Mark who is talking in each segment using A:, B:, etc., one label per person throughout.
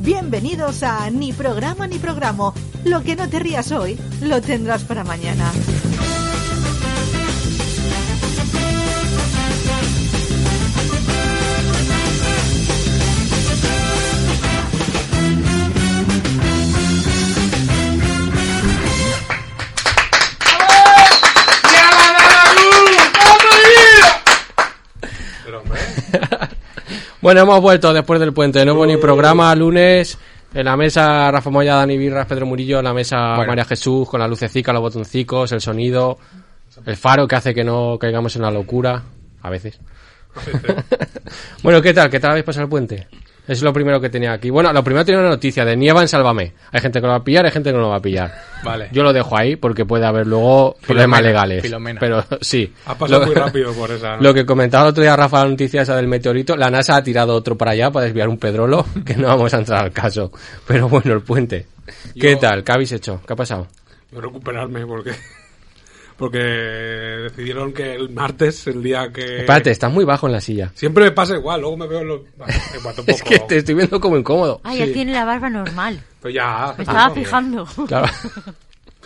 A: Bienvenidos a Ni programa ni programa. Lo que no te rías hoy, lo tendrás para mañana.
B: Pero, hombre,
C: Bueno, hemos vuelto después del puente. No hubo ni programa lunes. En la mesa Rafa Moya, Dani Birras, Pedro Murillo. En la mesa María Jesús con la lucecica, los botoncicos, el sonido, el faro que hace que no caigamos en la locura. A veces. bueno, ¿qué tal? ¿Qué tal habéis pasado el puente? Es lo primero que tenía aquí. Bueno, lo primero tenía una noticia de nieva en Sálvame. Hay gente que lo va a pillar, hay gente que no lo va a pillar.
D: Vale.
C: Yo lo dejo ahí porque puede haber luego problemas legales.
D: Filomena.
C: Pero sí.
B: ha pasado
C: Lo-
B: muy rápido por esa. ¿no?
C: lo que comentaba el otro día Rafa, la noticia esa del meteorito, la NASA ha tirado otro para allá para desviar un pedrolo, que no vamos a entrar al caso. Pero bueno, el puente. ¿Qué
D: Yo-
C: tal? ¿Qué habéis hecho? ¿Qué ha pasado?
B: Yo recuperarme porque. Porque decidieron que el martes, el día que.
C: Espérate, estás muy bajo en la silla.
B: Siempre me pasa igual, luego me veo en los. Vale, me guardo un poco.
C: Es que te estoy viendo como incómodo.
E: Ay, él tiene la barba normal.
C: Ah,
B: Pero ya.
E: Me estaba fijando.
C: Claro.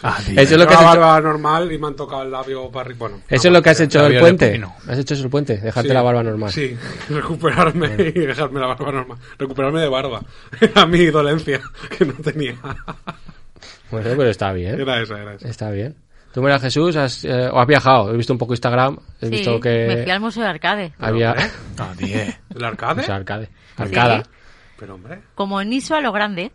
D: Eso
C: Eso es lo que
B: Tengo
C: has
B: la
C: hecho,
B: barba normal y me han tocado el labio para arriba. Bueno,
C: eso es lo que has hecho
D: La
C: del
D: viola de
C: puente.
D: pepino.
C: Has hecho eso el puente, dejarte
B: Sí.
C: la barba normal.
B: Sí, recuperarme y dejarme la barba normal. Recuperarme de barba. Era mi dolencia que no tenía.
C: Bueno, pero está bien.
B: Era esa, era esa.
C: Está bien. Tú, María Jesús, has, eh, o has viajado. He visto un poco Instagram. He
E: Sí,
C: visto que
E: me fui al ¿Eh? Museo de Arcade.
C: había.
D: Ah, tío.
B: ¿El arcade?
C: O sea, arcade. Arcada.
B: Pero hombre.
E: Como en ISO a lo grande.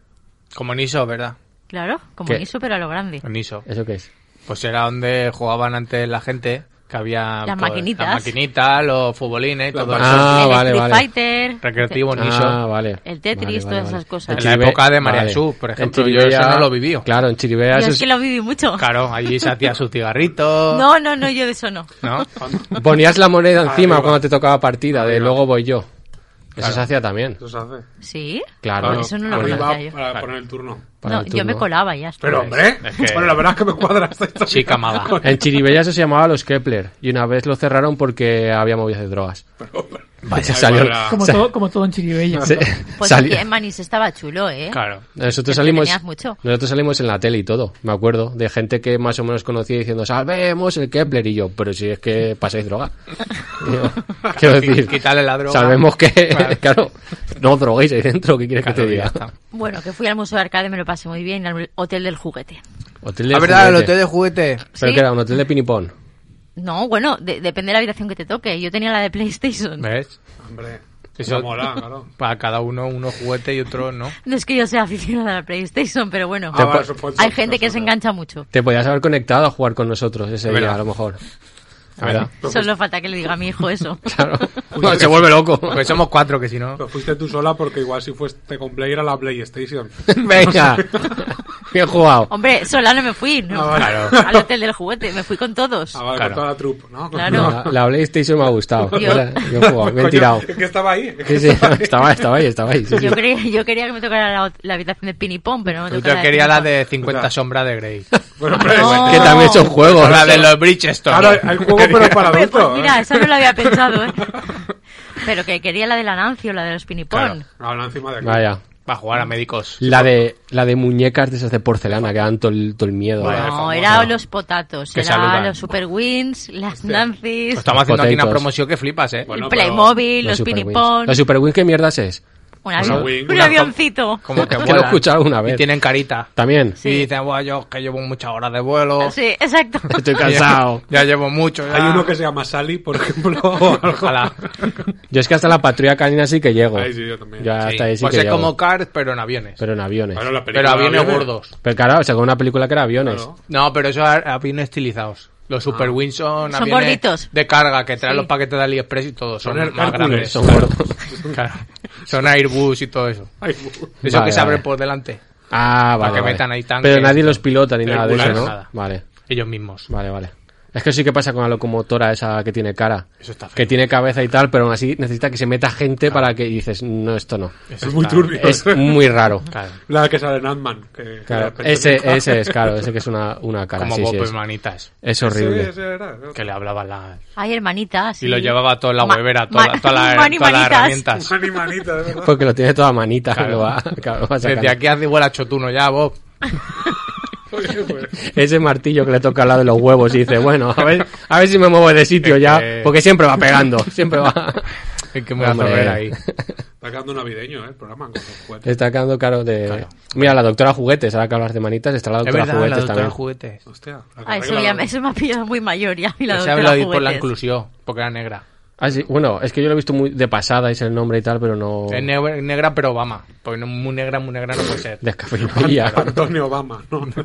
D: Como en ISO, ¿verdad?
E: Claro, como
C: ¿Qué?
E: en ISO pero a lo grande.
D: En ISO.
C: ¿Eso qué es?
D: Pues era donde jugaban antes la gente, que había...
E: Las
D: pues,
E: maquinitas.
D: Las maquinitas, los futbolines,
B: Las
D: todo
B: maquinitas.
D: eso.
C: Ah,
E: el
C: vale,
E: Street
C: vale.
E: Fighter.
D: Recreativo en ISO.
C: Ah, vale.
E: El Tetris, todas esas cosas. En
D: la
C: Chiribe-
D: época de María Jesús, por
C: En
D: ejemplo, yo eso no lo viví.
C: Claro, en Chiribea
E: Yo
C: eso
E: es que lo viví mucho.
D: Claro, allí se hacía sus cigarritos.
E: No, no, no, yo de eso no.
D: ¿no?
C: es- ponías la moneda
D: Ah,
C: encima
B: Arriba.
C: cuando te tocaba partida, de
B: Arriba.
C: luego voy yo. Eso se hacía también.
B: Eso se hace.
E: ¿Sí?
C: Claro.
E: Bueno, eso no lo
C: Arriba,
E: conocía yo.
B: Para poner el turno.
C: para
E: No,
C: el
E: yo me
C: turno.
E: colaba y ya. está.
B: Pero hombre.
D: es que-
B: Bueno, la verdad es que me cuadra esta historia.
D: Chica mala.
C: En Chiribella eso se llamaba los Kepler y una vez lo cerraron porque había movidas de drogas. Vaya,
B: Ay,
C: salió.
B: para-
F: Como,
C: sa-
F: todo, como todo en Chiribella.
C: se-
E: Pues
C: salió-
E: aquí en Manís estaba chulo, ¿eh?
D: Claro.
C: Nosotros
E: Te
C: salimos,
E: entretenías mucho.
C: nosotros salimos en la tele y todo, me acuerdo, de gente que más o menos conocía diciendo, salvemos el Kepler y yo, pero si es que pasáis droga. Digo, quiero decir,
D: Quitarle la droga.
C: Sabemos que, claro,
D: Claro.
C: no os droguéis ahí dentro, ¿qué quieres
D: Claro,
C: que te
D: y ya
C: diga?
D: está.
E: Bueno, que fui al Museo de Arcade, me lo pasé muy bien, y al Hotel del Juguete.
C: Hotel de
D: La verdad, el
C: juguete.
D: hotel de juguete.
C: Pero
E: Sí.
C: que era un hotel de pinipón.
E: No, bueno, de- depende de la habitación que te toque. Yo tenía la de PlayStation.
D: ¿Ves?
B: Hombre.
D: Eso-
B: Eso mola, claro.
D: Para cada uno, uno juguete y otro no.
E: No es que yo sea aficionada a la PlayStation, pero bueno,
B: Ah, vale,
C: po-
B: eso fue-
E: hay gente que
B: eso
E: se
B: fue-
E: engancha mucho.
C: Te podías haber conectado a jugar con nosotros ese
D: Es
C: día,
D: verdad.
C: a lo mejor. ¿Verdad?
E: Solo falta que le diga a mi hijo eso.
C: Claro. Bueno, se vuelve loco.
D: Porque somos cuatro, que si no.
B: Pero fuiste tú sola porque igual si fuiste con Play era la PlayStation.
C: Venga.
D: pues,
C: Bien jugado.
E: Hombre, sola no me fui, ¿no?
B: Ah, vale.
E: Al hotel del juguete, me fui con todos.
B: Ah, vale,
D: Claro.
B: con toda la troupe, ¿no?
E: Claro.
B: No,
C: La, la PlayStation me ha gustado.
E: Yo-
C: Hola, Bien jugado, bien
B: coño,
C: tirado.
B: Es que estaba ahí.
C: Sí, sí, estaba, estaba ahí, estaba ahí. sí, sí.
E: Yo quería, yo quería que me tocara la, la habitación de Pinipón, pero no me
D: Yo
E: tocó la de
D: quería la
E: Pinipón.
D: de 50
B: Claro.
D: sombras de Grey.
B: Bueno, pero-
E: No.
C: Que también son juegos.
D: O la de los Bridgestone.
B: Claro, hay juego pero para
E: Hombre, pues
B: adultos.
E: mira,
B: ¿eh?
E: esa no la había pensado, ¿eh? Pero que quería la de la Nancy o la de los Pinipón.
B: Habla encima de aquí.
C: Vaya.
D: Para jugar a médicos.
C: La de, la de muñecas de esas de porcelana que dan todo el, todo el miedo.
D: Vaya.
E: No,
D: famosa.
E: era los potatos,
D: Que
E: era
D: saludan. Pues
E: los Superwins, las Nancy's,
D: Estamos haciendo aquí una
C: Potatoes.
D: promoción que flipas, ¿eh?
B: Bueno,
E: el
B: pero-
E: Playmobil, los,
C: Super
E: Pinipón,
C: Wings. ¿Los Super Wings qué mierdas es?
E: un,
B: Los
E: avión-
B: Wings,
E: un
B: una-
E: avioncito.
D: pues, Como
C: Que
D: que
C: lo he
D: vuelan.
C: escuchado alguna vez.
D: Y tienen carita.
C: También.
E: Sí. Ah,
D: Y dicen, "Buah, yo que llevo muchas horas de vuelo.
E: Sí, exacto.
C: Estoy
D: Ya-
C: cansado.
D: Ya, llevo mucho. ya".
B: Hay uno que se llama Sally, por ejemplo.
D: Ojalá.
C: Yo es que hasta la patrulla canina sí que llego.
B: Ahí sí, yo también.
C: Yo hasta Ah, ahí
D: Sí.
C: sí
D: Pues
C: que
D: es
C: llego.
D: como Cars, pero en aviones.
C: Pero en aviones.
B: Bueno, la
D: Pero
B: película
D: aviones
B: viene-
D: gordos.
C: Pero claro, o sea, con una película que era aviones.
B: Claro.
D: No, pero eso a- aviones estilizados. Los Super Wings son
E: Ah. Son
D: aviones
E: gorditos.
D: de carga que traen
E: Sí.
D: los paquetes de AliExpress y todo. Son,
B: Son
D: más
B: Hércules,
D: grandes.
C: Son
D: claro.
C: gordos.
D: Claro. Son Airbus y todo eso.
B: Ay,
D: Eso
C: Vale,
D: que se abre
C: vale.
D: por delante.
C: Ah, vale.
D: que
C: vale.
D: metan ahí tanques.
C: Pero nadie los pilota ni nada de eso,
D: Triangulares,
C: ¿no?
D: nada.
C: Vale,
D: Ellos mismos.
C: vale, vale. Es que sí que pasa con la locomotora esa que tiene cara.
B: Eso está feo.
C: Que tiene cabeza y tal, pero aún así necesita que se meta gente para que y dices, no, esto no.
B: Es muy turbio.
C: Es muy raro.
D: Claro.
B: La que sale en Ant-Man. que-
C: Claro,
B: que la
C: ese,
B: persona-
C: ese es, claro, ese que es una, una cara.
D: Como
C: sí,
D: Bob
C: sí, es,
D: Hermanitas,
C: es horrible.
B: Ese- ese era.
D: que le hablaba la...
E: Ay, hermanitas.
D: Y lo llevaba toda la
E: Ma-
D: huevera,
E: ma-
D: toda, toda la-
E: mani
D: todas las
E: manitas.
D: herramientas.
B: Un animalito, de verdad.
C: Porque lo tiene toda manita.
D: Claro.
C: lo va- claro, lo va
D: Desde
C: sacando.
D: aquí has igual a Chotuno ya, Bob.
B: Oye, pues,
C: Ese martillo que le toca al lado de los huevos y dice, bueno, a ver, a ver si me muevo de sitio ya,
D: que-
C: porque siempre
D: Eh.
C: va pegando, siempre va.
D: Es que me voy a
C: Hombre.
D: correr ahí.
B: Está quedando navideño, ¿eh? El programa con los juguetes.
C: Está quedando caro de...
D: Claro.
C: Mira, la doctora juguetes, ahora que hablas de manitas, está la
D: Es
C: doctora
D: verdad,
C: juguetes
D: la doctora
C: también.
D: juguetes.
B: Hostia. la
E: Ah,
B: que
E: eso,
B: arregla-
E: ya, me- eso me ha pillado muy mayor ya. Y la
D: Se
E: doctora
D: habla de por la
E: juguetes.
D: inclusión, porque era negra.
C: Ah, sí, bueno, es que yo lo he visto muy de pasada, es el nombre y tal, pero no...
D: Es ne- negra, pero Obama. Porque no- muy negra, muy negra no puede ser.
C: Descafeinadilla.
B: Antonio Obama, ¿no?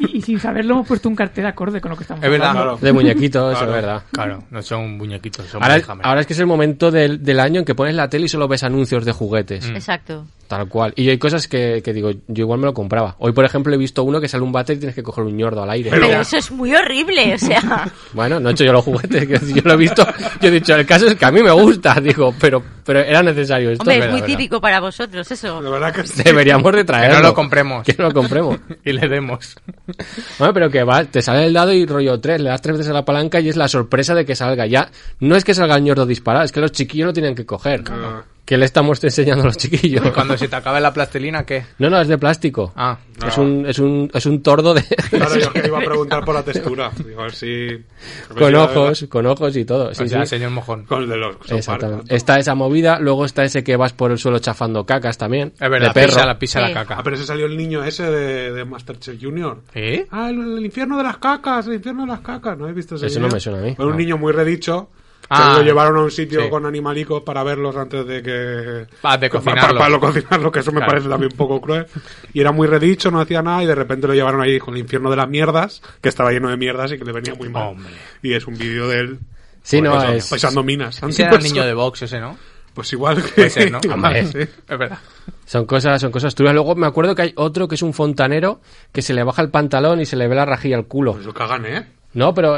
F: Y, y sin saberlo hemos puesto un cartel acorde con lo que estamos
D: Es verdad.
B: Claro.
C: De muñequitos,
B: Claro.
C: es verdad.
D: Claro, no son muñequitos, son
C: Ahora,
D: Benjamin.
C: ahora es que es el momento del, del año en que pones la tele y solo ves anuncios de
D: Mm.
C: juguetes.
E: Exacto.
C: Tal cual. Y hay cosas que, que digo, yo igual me lo compraba. Hoy, por ejemplo, he visto uno que sale un bate y tienes que coger un ñordo al aire.
E: Pero, eso es muy horrible, o sea.
C: Bueno, no he hecho yo los juguetes, quiero decir, yo lo he visto. Yo he dicho, el caso es que a mí me gusta, digo, pero, pero era necesario esto.
E: hombre, es
C: pero-
E: muy típico para vosotros
B: La
E: eso.
B: verdad que sí.
C: Deberíamos de traerlo.
D: Que no lo compremos.
C: Que no lo compremos.
D: Y le demos.
C: Bueno, pero que va, te sale el dado y rollo tres, le das tres veces a la palanca y es la sorpresa de que salga. Ya, no es que salga el ñordo disparado, es que los chiquillos lo tienen que coger.
B: Ah.
C: Que le estamos enseñando a los chiquillos.
D: Y cuando se te acabe la plastilina, ¿qué?
C: No, no, es de plástico.
D: Ah,
C: Es, un, es, un, es un tordo de...
B: Claro, yo que iba a preguntar por la textura. Digo, a ver si. a ver si
D: pues
C: con
B: la-
C: ojos, con ojos y todo. Sí,
D: o sea,
C: sí.
D: señor mojón.
B: Con el de los. son
C: Exactamente.
B: pardos.
C: Está esa movida, luego está ese que vas por el suelo chafando cacas también.
D: Es verdad,
C: de perro.
D: pisa la, pisa
E: Sí.
D: la
B: Ah,
D: caca.
B: pero ese salió el niño ese de, de Masterchef Junior.
D: ¿Eh?
B: Ah, el, el infierno de las cacas, el infierno de las cacas. ¿No he visto ese
C: Eso
B: vídeo?
C: no me suena a mí,
B: Fue un
C: no.
B: niño muy redicho. Que
D: Ah,
B: lo llevaron a un sitio
D: sí.
B: con animalicos para verlos antes de que...
D: Ah, de
B: pa- pa-
D: cocinarlo.
B: Para, lo cocinarlo, que eso me
D: Claro.
B: parece también un poco cruel. Y era muy redicho, no hacía nada, y de repente lo llevaron ahí con el infierno de las mierdas, que estaba lleno de mierdas y que le venía muy mal.
D: Hombre.
B: Y es un vídeo de él
C: Sí, no,
B: pesando-
C: es-
B: pesando minas.
D: Ese era el niño de box, ese, ¿no?
B: Pues igual que...
D: Puede ser, ¿no?
C: Hombre.
B: Sí.
D: Es verdad.
C: Son cosas, son cosas turbias. Luego me acuerdo que hay otro que es un fontanero que se le baja el pantalón y se le ve la rajilla al culo.
B: Pues lo cagan, ¿eh?
C: No, pero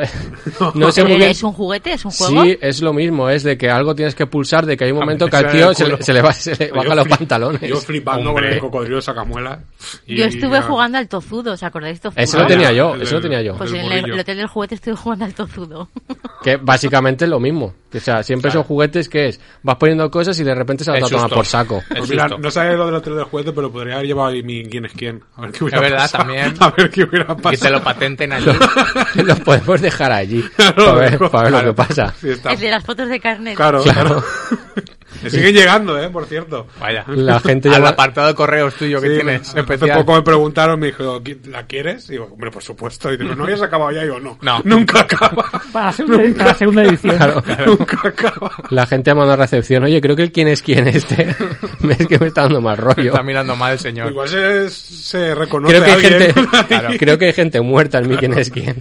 C: no sé muy
E: Pero
C: bien.
E: ¿Es un juguete? ¿Es un juego?
C: Sí, es lo mismo, es de que algo tienes que pulsar, de que
B: Ah,
C: hay un momento
D: Hombre,
C: que al
D: eso era
C: tío
D: el
C: se le,
D: culo.
C: se le va- se le
B: Yo
C: baja los
B: flip-
C: pantalones.
B: Yo flipando
D: Hombre.
B: con el cocodrilo sacamuela. y-
E: Yo estuve
B: y-
E: jugando al tozudo, ¿os acordáis? Tozudo?
C: Ese lo
B: Ah,
C: tenía
B: ya,
C: yo,
B: el
C: eso lo
B: del-
C: tenía yo.
E: Pues
B: el
E: en el,
B: burrillo.
E: el hotel del juguete estuve jugando al tozudo.
C: Que básicamente es lo mismo. O sea, siempre son juguetes que es, vas poniendo cosas y de repente se las
D: El
C: va a tomar
D: susto.
C: por saco.
D: El
B: Pues mira,
D: susto.
B: no sabía lo del hotel del juguete, pero podría haber llevado ahí mi quién es quién. A ver qué hubiera
D: Es verdad,
B: pasado.
D: también.
B: A ver qué hubiera pasado.
D: Y te lo patenten allí.
C: Los podemos dejar allí para ver, para ver lo que pasa.
B: Sí, está.
E: El de las fotos de carnet.
B: Claro, claro. Me siguen llegando, eh, por cierto.
D: Vaya.
C: La gente
D: Al
C: llama-
D: apartado de correos tuyo que
B: Sí,
D: tienes.
B: me- hace
D: Especial.
B: poco me preguntaron, me dijo, "¿Qui- ¿la quieres? Y digo, hombre, por supuesto. Y digo, ¿no habías acabado ya? Y digo, no.
D: No.
B: Nunca acaba.
F: Para la segunda, para la segunda edición.
C: Claro.
B: Nunca acaba.
C: La gente ha mandado a recepción, oye, creo que el quién es quién este. es que me está dando mal rollo.
D: Está mirando mal el señor.
B: Igual se, se reconoce
C: Creo que,
B: a
C: hay gente,
B: alguien.
C: Claro, creo que hay gente muerta en mí quién es quién.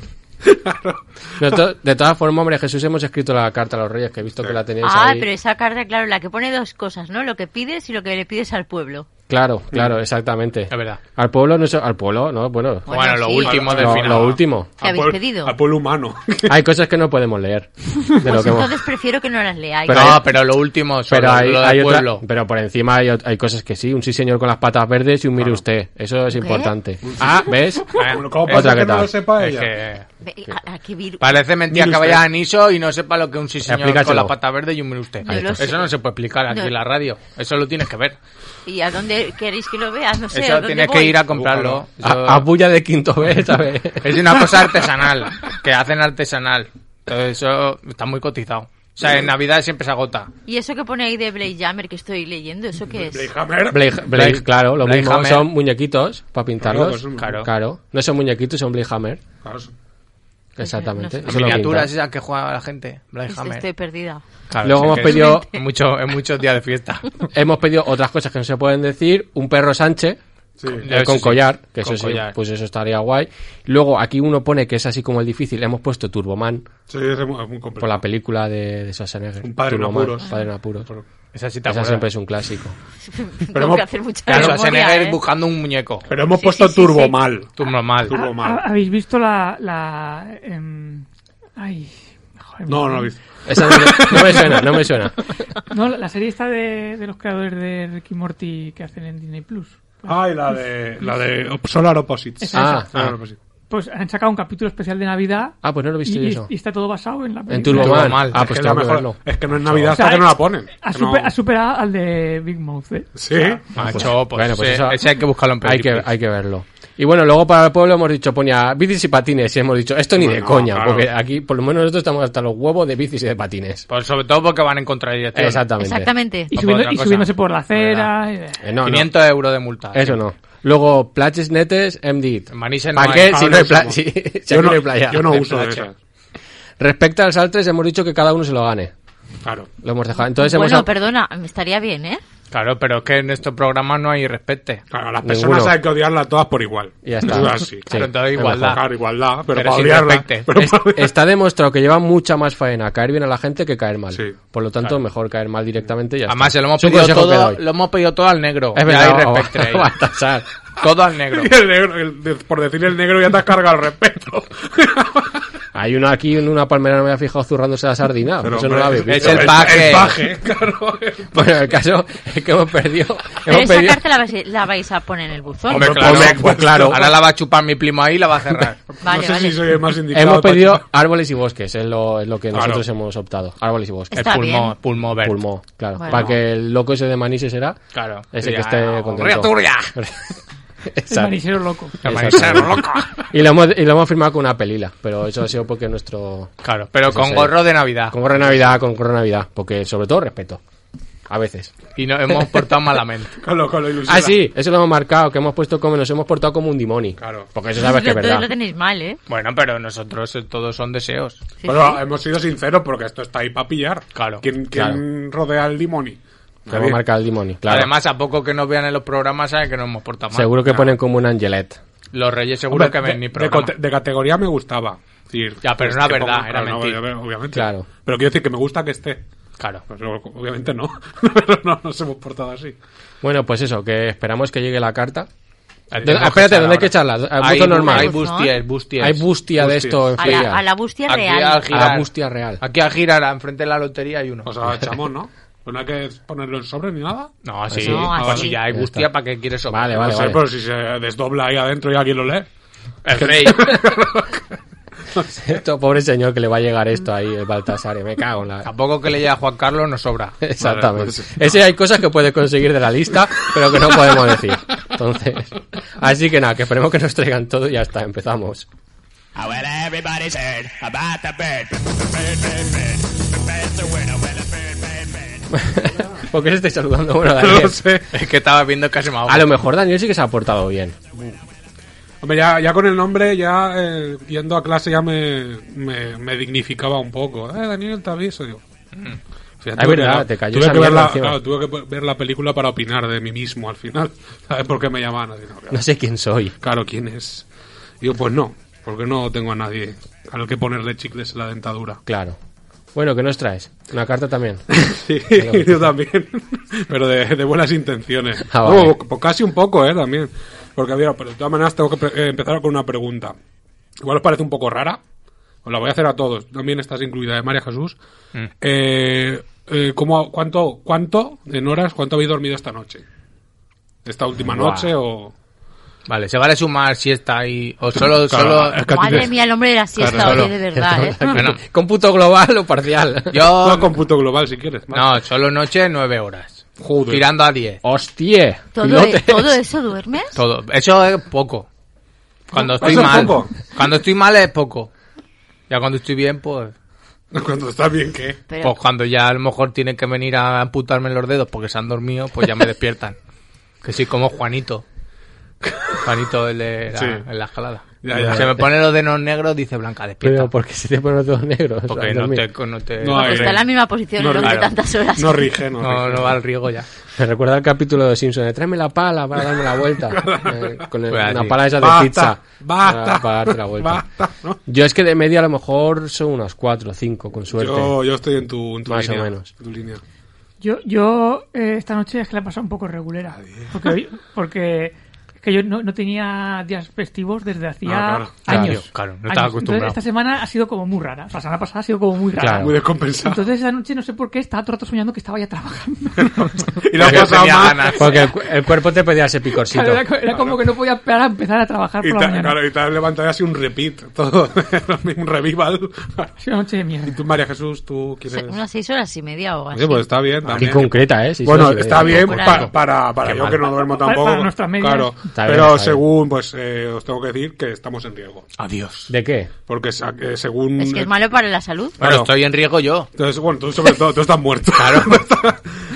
C: Nosotros, de todas formas, hombre Jesús, hemos escrito la carta a los reyes, que he visto que la teníais
E: Ah,
C: ahí.
E: pero esa carta, claro, la que pone dos cosas, ¿no? Lo que pides y lo que le pides al pueblo.
C: Claro, claro, exactamente.
D: Es verdad.
C: Al pueblo, no sé- al pueblo, no, bueno,
E: Bueno,
D: Bueno, lo
E: sí.
D: último del
C: lo,
D: final.
C: lo último.
E: ¿Qué
B: A
E: habéis
B: pueblo-
E: pedido?
B: A pueblo humano.
C: Hay cosas que no podemos leer. De lo
E: Pues
C: que hemos-
E: entonces prefiero que no las leáis.
C: Pero
D: no,
C: hay-
D: pero lo último, solo
C: Pero, hay,
D: lo del
C: hay otra-
D: pueblo.
C: pero por encima hay, ot- hay cosas que sí, un sí señor con las patas verdes y un mire usted. Eso es importante. Ah, ¿ves?
B: Bueno, ¿Cómo
C: Otra
B: pasa
C: que
B: que no
C: tal.
B: lo sepa
D: Eh, Es
B: ella?
D: que
E: Ve- a- a qué vir-
D: parece mentira
B: Mire
D: que
B: usted.
D: vaya a Aniso y no sepa lo que un sí señor
C: Explícaselo.
D: con la pata verde y un mire usted.
E: No lo sé.
D: Eso no se puede explicar aquí
E: No.
D: en la radio. Eso lo tienes que ver.
E: ¿Y a dónde queréis que lo vea? No sé. ¿a
D: Eso
E: dónde
D: tienes
E: voy?
D: que ir a comprarlo. Eso-
C: A, a bulla de quinto B, ¿sabes?
D: Es una cosa artesanal, que hacen artesanal. Entonces eso está muy cotizado. O sea, en Navidad siempre se agota.
E: ¿Y eso que pone ahí de Blade Jammer que estoy leyendo? ¿Eso qué es?
B: Playhammer.
C: Blade- Blade- claro, lo
D: Blade
C: mismo.
D: Hammer.
C: Son muñequitos para pintarlos.
B: Claro, pues,
C: claro.
D: claro.
C: No son muñequitos, son Bladehammer.
B: Claro,
C: Exactamente.
E: no
D: Las
C: Eso lo
D: miniaturas
C: pintan.
D: esas que juega la gente.
E: Estoy-
D: Bladehammer.
E: Estoy perdida.
D: Claro,
C: Luego
D: sí,
C: hemos
D: que
C: pedido-
D: es este. mucho, en muchos días de fiesta.
C: Hemos pedido otras cosas que no se pueden decir. Un perro Sánchez.
B: sí.
C: eh,
D: Eso
C: con
D: sí,
C: collar, que
D: con
C: eso sí,
D: collar.
C: pues eso estaría guay. Luego aquí uno pone que es así como el difícil, hemos puesto Turboman
B: Pues Sí, es muy, es muy complejo.
C: por la película de, de Schwarzenegger.
B: Un padre en
C: Turboman,
B: apuros.
C: padre en apuros.
B: Por-
D: Esa sí te
C: Esa
D: acuerdas.
C: siempre es un clásico.
E: Tengo
B: hemos-
E: que hacer mucha
D: Claro,
E: memoria,
D: Schwarzenegger
E: ¿eh?
D: buscando un muñeco.
B: Pero hemos
E: Sí,
B: puesto
E: sí, sí,
B: turbo
E: sí.
B: mal.
D: Tú normal.
B: Turbo mal.
F: ¿Ha- ¿Habéis visto la. la em, ay. joder,
B: No,
F: me-
B: no lo he visto.
C: Esa no, me- no me suena, no me suena.
F: No, la- la serie está de, de los creadores de Ricky Morty que hacen en Disney Plus.
B: Ah, y la de, la de Op- Solar Opposites.
F: Esa,
C: esa.
B: Solar Opposites.
F: Pues han sacado un capítulo especial de Navidad.
C: Ah, pues no lo he visto
F: y,
C: yo
F: y-
C: eso.
F: y está todo basado en la película.
C: En Turbo
D: Turboman.
C: Man. Ah,
B: es,
C: pues
B: que la
C: tengo que
B: mejor-
C: verlo.
B: es que no es Navidad
F: sea,
B: hasta que no la ponen.
F: Ha,
B: Que no-
F: super- ha superado al de Big Mouth, ¿eh?
B: Sí.
D: Macho, pues,
C: Bueno, pues
D: ese,
C: eso-
D: ese hay que buscarlo en
C: Hay que,
D: Petriplex.
C: hay que verlo. Y bueno, luego para el pueblo hemos dicho, ponía bicis y patines. Y hemos dicho, esto ni de
B: Bueno,
C: coña,
B: Pues claro.
C: porque aquí por lo menos nosotros estamos hasta los huevos de bicis y de patines.
D: Pues sobre todo porque van en contra de dirección.
C: Exactamente.
E: Exactamente.
F: Y,
D: Otra
F: subiendo- y
D: cosa.
F: subiéndose por la acera. y-
C: Eh, no, no,
D: 500 euros de multa.
C: eso no. Luego, plaches netes, MD.
D: En Manises no
C: ¿Para
D: hay.
C: qué
D: Ah,
C: si
B: no
C: no hay
B: usamos.
C: pla- si- si
B: Yo
C: aquí
B: no,
C: no hay playa?
B: yo no
D: De
B: uso de
D: playa.
B: esas.
C: Respecto al saltres, hemos dicho que cada uno se lo gane.
B: Claro.
C: Lo hemos dejado. Entonces
E: bueno,
C: hemos...
E: perdona, estaría bien, ¿eh?
D: Claro, pero es que en estos programas no hay respete.
B: Claro, a las
C: Ninguno.
B: personas hay que odiarlas todas por igual.
C: Y ya está.
B: Eso es así.
C: Sí,
D: Claro, entonces
C: es
D: igualdad.
B: Claro, igualdad, pero,
D: Pero
B: para
D: sin
B: odiarla.
D: respecte.
B: pero
C: Es-
B: para odiarla-
C: está demostrado que lleva mucha más faena caer bien a la gente que caer mal.
B: Sí.
C: Por lo tanto, mejor caer mal directamente y ya está.
D: Además, se lo hemos,
C: Es un
D: pedido
C: consejo que
D: todo,
C: doy.
D: lo hemos pedido todo al negro.
C: Es
D: Ya
C: verdad,
D: hay
C: va-
D: respete ahí.
C: Baltasar.
D: Todo al negro.
B: Y el negro, el- de- por decir el negro ya te has cargado el respeto.
C: Hay uno aquí en una palmera, no me había fijado, zurrándose la sardina.
B: Pero,
C: Eso no
B: hombre,
C: lo habéis
D: es
C: visto.
D: el paje.
B: El paje, claro. el-
C: Bueno, el caso es que hemos perdido.
E: Pero
C: Hemos
E: esa
C: perdido.
E: carta la vais, la vais a poner en el buzón.
D: Hombre,
B: Hombre,
D: claro.
B: hombre,
D: pues
B: claro.
D: Ahora la va a chupar mi primo ahí y la va a cerrar.
E: Vale,
B: no sé
E: vale.
B: si soy el más indicado.
C: Hemos
B: para
C: pedido
B: chupar.
C: árboles y bosques, es lo, es lo que
B: Claro.
C: nosotros hemos optado. Árboles y bosques.
D: El
E: Está
D: pulmón,
E: bien.
D: pulmón verde.
C: Pulmó, claro.
E: Bueno.
C: Para que el loco ese de Manises será.
D: Claro. Pues
C: Ese
D: Ya,
C: que esté
D: ¡Ría
C: contento.
D: tuya!
F: El
C: Exacto.
F: manisero loco.
D: El manisero, loco.
C: Y lo, hemos, y lo hemos firmado con una pelila, pero eso ha sido porque nuestro.
D: Claro, pero
C: Eso
D: con
C: sí.
D: gorro de Navidad.
C: Con gorro de Navidad, con gorro de Navidad, porque sobre todo respeto. A veces.
D: Y nos hemos portado malamente.
B: Con lo, con lo ilusión.
C: Ah, sí, eso lo hemos marcado, que hemos puesto como nos hemos portado como un dimoni.
B: Claro.
C: Porque eso sabes que es
E: Entonces
C: verdad.
E: lo tenéis mal, ¿eh?
D: Bueno, pero nosotros eh, todos son deseos.
E: Sí,
B: Bueno,
E: sí.
B: hemos sido sinceros porque esto está ahí para pillar.
D: Claro.
B: ¿Quién, quién rodea al Dimoni?
C: Lo hemos marcado el dimoni, claro.
D: Además, a poco que nos vean en los programas, saben que nos hemos portado mal.
C: Seguro que ponen como un angelet.
D: Los reyes seguro
B: Hombre,
D: que ven
B: de-
D: mi
B: de,
D: programa.
B: cote- de categoría me gustaba. Decir,
D: Ya, pero no
B: este
D: era verdad,
B: como-
D: era
B: claro, no,
D: mentira.
B: obviamente.
C: Claro.
B: Pero quiero decir que me gusta que esté.
D: Claro.
B: Pues luego, obviamente no. Pero no nos hemos portado así.
C: Bueno, pues eso, que esperamos que llegue la carta.
D: Ahí
C: ¿Dónde-
D: tengo que
C: espérate,
D: echar
C: ¿dónde hay
D: ahora.
C: que echarla? Al
D: Hay
C: buzón
D: bu-
C: normal.
D: Hay bustiers, bustiers.
C: Hay bustia de
B: Hostias.
C: esto en
E: a, la,
C: feria.
E: a la bustia
D: Aquí al
E: real.
D: girar.
C: A la bustia real.
D: Aquí a girar, enfrente de la lotería hay uno.
B: O sea, chamón, ¿no? Pues no hay que ponerlo en sobre ni nada.
D: no, sí.
E: No,
D: Ah,
E: así.
D: si ya hay
C: Ya
D: bustia,
C: está.
D: ¿para qué quieres eso?
C: Vale,
B: No
C: vale,
B: sé,
C: vale.
B: pero si se desdobla ahí adentro y alguien lo lee.
D: El rey.
C: Esto, pobre señor que le va a llegar esto ahí, el Baltasar. Me cago en la...
D: Tampoco que le llegue a Juan Carlos nos sobra.
C: Exactamente.
B: pues,
C: Ese hay cosas que puede conseguir de la lista, pero que no podemos decir. Entonces, así que nada, que esperemos que nos traigan todo y ya está, empezamos. ¿Por qué le estáis saludando? Bueno,
B: No
C: Daniel.
B: lo sé.
D: Es que estaba viendo que se me ahoga.
C: A lo mejor Daniel sí que se ha portado bien.
B: Hombre, ya, ya con el nombre, ya eh, yendo a clase ya me, me, me dignificaba un poco. Eh, Daniel, te aviso, digo. Fíjate,
C: Ah, es
B: tuve
C: verdad,
B: que-
C: te cayó
B: tuve
C: esa
B: que ver
C: mierda
B: la,
C: encima.
B: claro, tuve que ver la película para opinar de mí mismo al final. ¿Sabes por qué me llamaban así? No, claro,
C: No sé quién soy.
B: claro, ¿quién es? Digo, pues no, porque no tengo a nadie al que ponerle chicles en la dentadura.
C: Claro. Bueno, ¿qué nos traes? Una carta también.
B: Sí, yo también. Pero de, de buenas intenciones.
C: Ah,
B: No,
C: vale.
B: po- po- casi un poco, ¿eh? También. Porque, mira, pero de todas maneras tengo que pre- eh, empezar con una pregunta. Igual os parece un poco rara. Os la voy a hacer a todos. También estás incluida de María Jesús.
C: Mm.
B: Eh, eh, ¿cómo- cuánto, ¿Cuánto en horas, cuánto habéis dormido esta noche? ¿Esta última
C: Buah.
B: noche o...?
D: Vale, se vale sumar siesta y... O solo...
B: Claro,
D: solo...
B: es que a ti
E: Madre
B: te-
E: mía, el hombre de la siesta,
D: Claro,
E: oye, de verdad, ¿eh?
D: Bueno,
C: ¿Cómputo global o parcial?
E: Ah.
D: yo...
B: No, con punto global si quieres. vale.
D: No, solo noche nueve horas.
B: Joder.
D: Tirando a diez.
C: ¡Hostia!
E: ¿Todo, e-
C: pilotes.
E: ¿Todo eso duermes?
D: Todo. Eso es poco. Cuando estoy
B: Eso es
D: mal.
B: poco.
D: Cuando estoy mal es poco. Ya cuando estoy bien, pues.
B: Cuando estás bien, ¿qué?
E: Pero-
D: Pues cuando ya a lo mejor tienen que venir a amputarme los dedos porque se han dormido, pues ya me despiertan. que sí, como Juanito. Juanito el de la,
B: Sí.
D: en la escalada.
B: Ya, ya.
D: Se me pone los dedos negros, dice Blanca, despierta.
C: Pero porque se te ponen los dedos negros.
D: porque
C: al
D: no
C: dormir.
D: te, no te-
B: pues, No hay-
E: está en la misma posición
B: No,
E: durante
B: claro.
E: tantas horas.
B: No rige, no,
D: no,
B: rige.
D: no va al riego ya.
C: Me recuerda el capítulo de Simpson de tráeme la pala para darme la vuelta. Eh, con el-
D: Pues así.
C: una pala esa de
B: Basta,
C: pizza.
B: basta,
C: Para, para darte la vuelta.
B: basta, ¿no?
C: Yo es que de media a lo mejor son unas cuatro o cinco, con suerte.
B: Yo, yo estoy en tu, en tu
C: Más o
B: línea.
C: menos.
B: en tu línea.
F: Yo, yo eh, esta noche es que la he pasado un poco regulera.
B: Ah,
F: Porque, hoy- porque es que yo no, no tenía días festivos desde
B: Ah,
F: hacía
D: claro.
F: años.
D: Claro, claro, no estaba
F: Años. Entonces,
D: acostumbrado.
F: esta semana ha sido como muy rara. O sea, la semana pasada ha sido como muy rara.
C: Claro.
B: Muy descompensado.
F: Entonces esta noche no sé por qué estaba todo el rato soñando que estaba ya trabajando.
B: y la
D: Porque
B: pasado
D: tenía
B: mal.
D: ganas.
C: Porque el, cu- el cuerpo te pedía ese picorcito.
F: Claro, era, co- era como que no podía esperar a empezar a trabajar
B: Y
F: por la
B: te,
F: mañana.
B: claro, y te has levantado y así un repeat, todo, un revival.
F: Ha sido una noche de mierda.
B: Y tú, María Jesús, tú
E: O
B: quieres...
E: sea, unas seis horas y media o así.
B: Oye, pues está bien.
C: Aquí
B: también.
C: concreta, ¿eh? Si
B: bueno,
C: se lo-
B: está bien
E: Por
B: pa-
E: algo.
B: para, para yo que no duermo
F: para- para
B: tampoco.
F: nuestras medias.
B: Claro,
C: Está bien,
B: pero
C: está bien.
B: según, pues eh, os tengo que decir que estamos en riesgo.
D: Adiós.
C: ¿De qué?
B: Porque sa- eh, según.
E: Es que es malo para la salud.
D: Pero
B: Claro.
D: estoy en riesgo yo.
B: Entonces, bueno, tú sobre todo, tú estás muerto. Claro.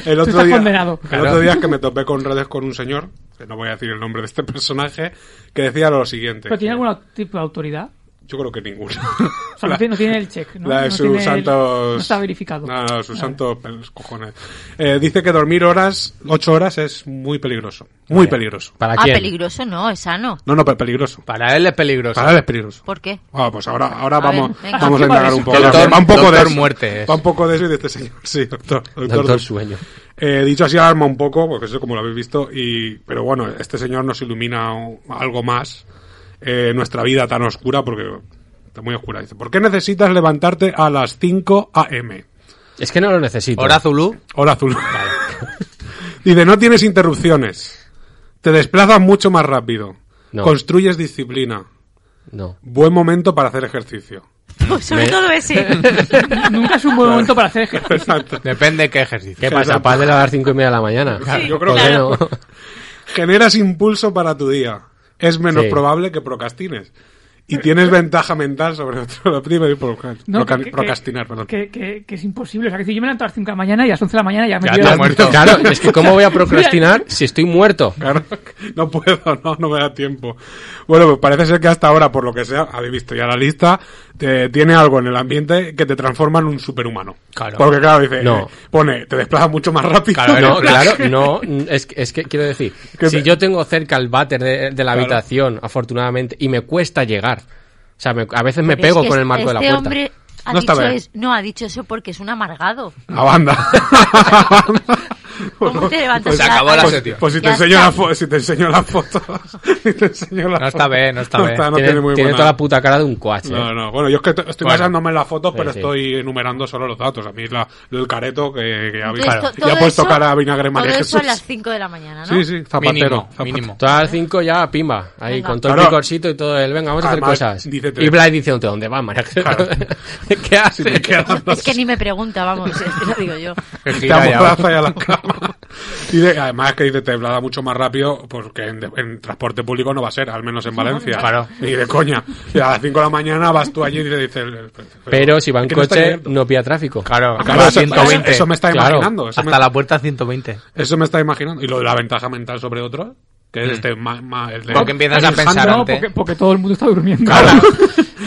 B: el otro
F: estás
B: día,
F: condenado.
B: El
D: Claro.
B: otro día es que me topé con redes con un señor, que no voy a decir el nombre de este personaje, que decía lo siguiente.
F: ¿Pero tiene
B: que-
F: algún tipo de autoridad?
B: Yo creo que ninguno.
F: O sea, no tiene- no tiene el check, ¿no?
B: La de
F: No
B: sus
F: tiene el-
B: santos.
F: no está verificado.
B: No, no, sus
F: Vale.
B: santos pelos, cojones. Eh, dice que dormir horas, ocho horas, es muy peligroso. Muy peligroso.
C: ¿Para
E: Ah,
C: quién?
E: peligroso no, es sano.
B: No, no, pero peligroso.
D: Para él es peligroso.
B: Para él es peligroso.
E: ¿Por qué?
B: Ah, pues ahora, ahora
E: A
B: vamos,
E: ver, venga.
B: vamos a
F: ¿Qué va
B: indagar
F: de
B: un
F: eso?
B: poco.
D: Doctor-
B: va un poco de
D: doctor
B: eso.
D: muerte es.
B: Va un poco de eso y de este señor. Sí, doctor.
C: Doctor sueño.
B: Eh, dicho así, alarma un poco, porque eso como lo habéis visto. Y, pero bueno, este señor nos ilumina o- algo más eh, nuestra vida tan oscura, porque está muy oscura. Dice, ¿por qué necesitas levantarte a las 5 a.m.?
C: Es que no lo necesito.
D: Hora Zulu.
B: Hora azul. Dice, no tienes interrupciones. Te desplazas mucho más rápido.
C: No.
B: Construyes disciplina.
C: No.
B: Buen momento para hacer ejercicio.
E: Sobre
C: Me-
E: todo ese.
F: Nunca es un buen momento para hacer ejercicio.
B: Exacto.
D: Depende qué ejercicio.
C: ¿Qué pasa? Paz de las cinco y media de la mañana.
B: Sí, yo creo
C: ¿Por
B: que-
C: qué no?
B: Generas impulso para tu día. Es menos
C: Sí.
B: probable que procrastines. Y tienes ventaja mental sobre otro. Dime, proca-
F: No,
B: proca-
F: que- que-
B: procrastinar, perdón.
F: Que, que- que es imposible. O sea, que si yo me levanto a las 5 de la mañana y a las 11 de la mañana ya me
D: Ya
F: llevo-
D: te has muerto.
C: Claro, es que ¿cómo voy a procrastinar si estoy muerto?
B: Claro, no puedo, no, no me da tiempo. Bueno, pues parece ser que hasta ahora, por lo que sea, habéis visto ya la lista, te- tiene algo en el ambiente que te transforma en un superhumano.
D: Claro.
B: Porque claro, dice,
C: No.
B: eh, pone, te desplazas mucho más rápido.
C: No, claro, no, es, que- es que quiero decir,
B: Que
C: si
B: me-
C: yo tengo cerca el váter de, de la habitación, afortunadamente, y me cuesta llegar, o sea, me- a veces me
E: Pero es
C: pego
E: que
C: con el
E: es-
C: marco de la
E: este
C: puerta.
E: hombre ha
B: No está
E: dicho
B: bien.
E: es- no ha dicho eso porque es un amargado.
B: A banda. A banda.
E: ¿Cómo te levantas?
D: se acabó la
E: Pues-
D: sesión.
B: Pues si te,
E: Ya
B: enseño
E: está.
B: la fo- si te enseño las fotos. si te enseño las
D: No está
B: fotos.
D: bien, no está bien.
B: Ah, no
C: tiene
B: tiene muy
C: tiene
B: buena-
C: toda la puta cara de un ¿eh? coach.
B: No, no, bueno, yo es que t- estoy
D: Bueno.
B: basándome en las fotos,
C: Sí,
B: pero
C: sí.
B: estoy enumerando solo los datos. A mí la, el careto que, que ya habéis-
E: Entonces, to-
B: ya
E: todo
B: ha puesto
E: eso-
B: cara a vinagre
E: Todo
B: María
E: eso a
B: Jesús.
E: las 5 de la mañana, ¿no?
B: Sí, sí, zapatero.
D: Mínimo,
B: zapatero.
D: mínimo.
C: Todas las cinco ya, pimba, ahí
E: Venga.
C: con todo el
B: Claro.
C: picorcito y todo el, venga, vamos a hacer
B: Además,
C: cosas.
B: dice tres.
C: y Blas diciéndote, ¿dónde vas, María?
B: Claro.
C: ¿Qué haces?
B: Si te quedas
E: Es que ni me pregunta, vamos, es que lo digo yo.
D: Que
B: te
D: gira ya.
B: amoraza y a la cama. Y de- además que dice, te blada mucho más rápido porque en, en transporte público no va a ser, al menos en Valencia.
D: Claro.
B: Y de coña. Y a las 5 de la mañana vas tú allí y "Pues, te dice... el- el-
C: Pero si va en
B: es que no está
C: coche,
B: abierto.
C: no pilla tráfico.
D: Claro,
B: Claro,
D: a
B: eso,
D: 120.
B: eso me está
C: claro.
B: imaginando. Eso,
D: Hasta
B: me,
D: la puerta 120.
B: eso me está imaginando. Y lo de la ventaja mental sobre otro, que es este... ma- ma- el de-
D: Porque empiezas a
B: Alejandro,
D: pensar
F: No,
D: antes.
F: porque, porque todo el mundo está durmiendo.
B: Ya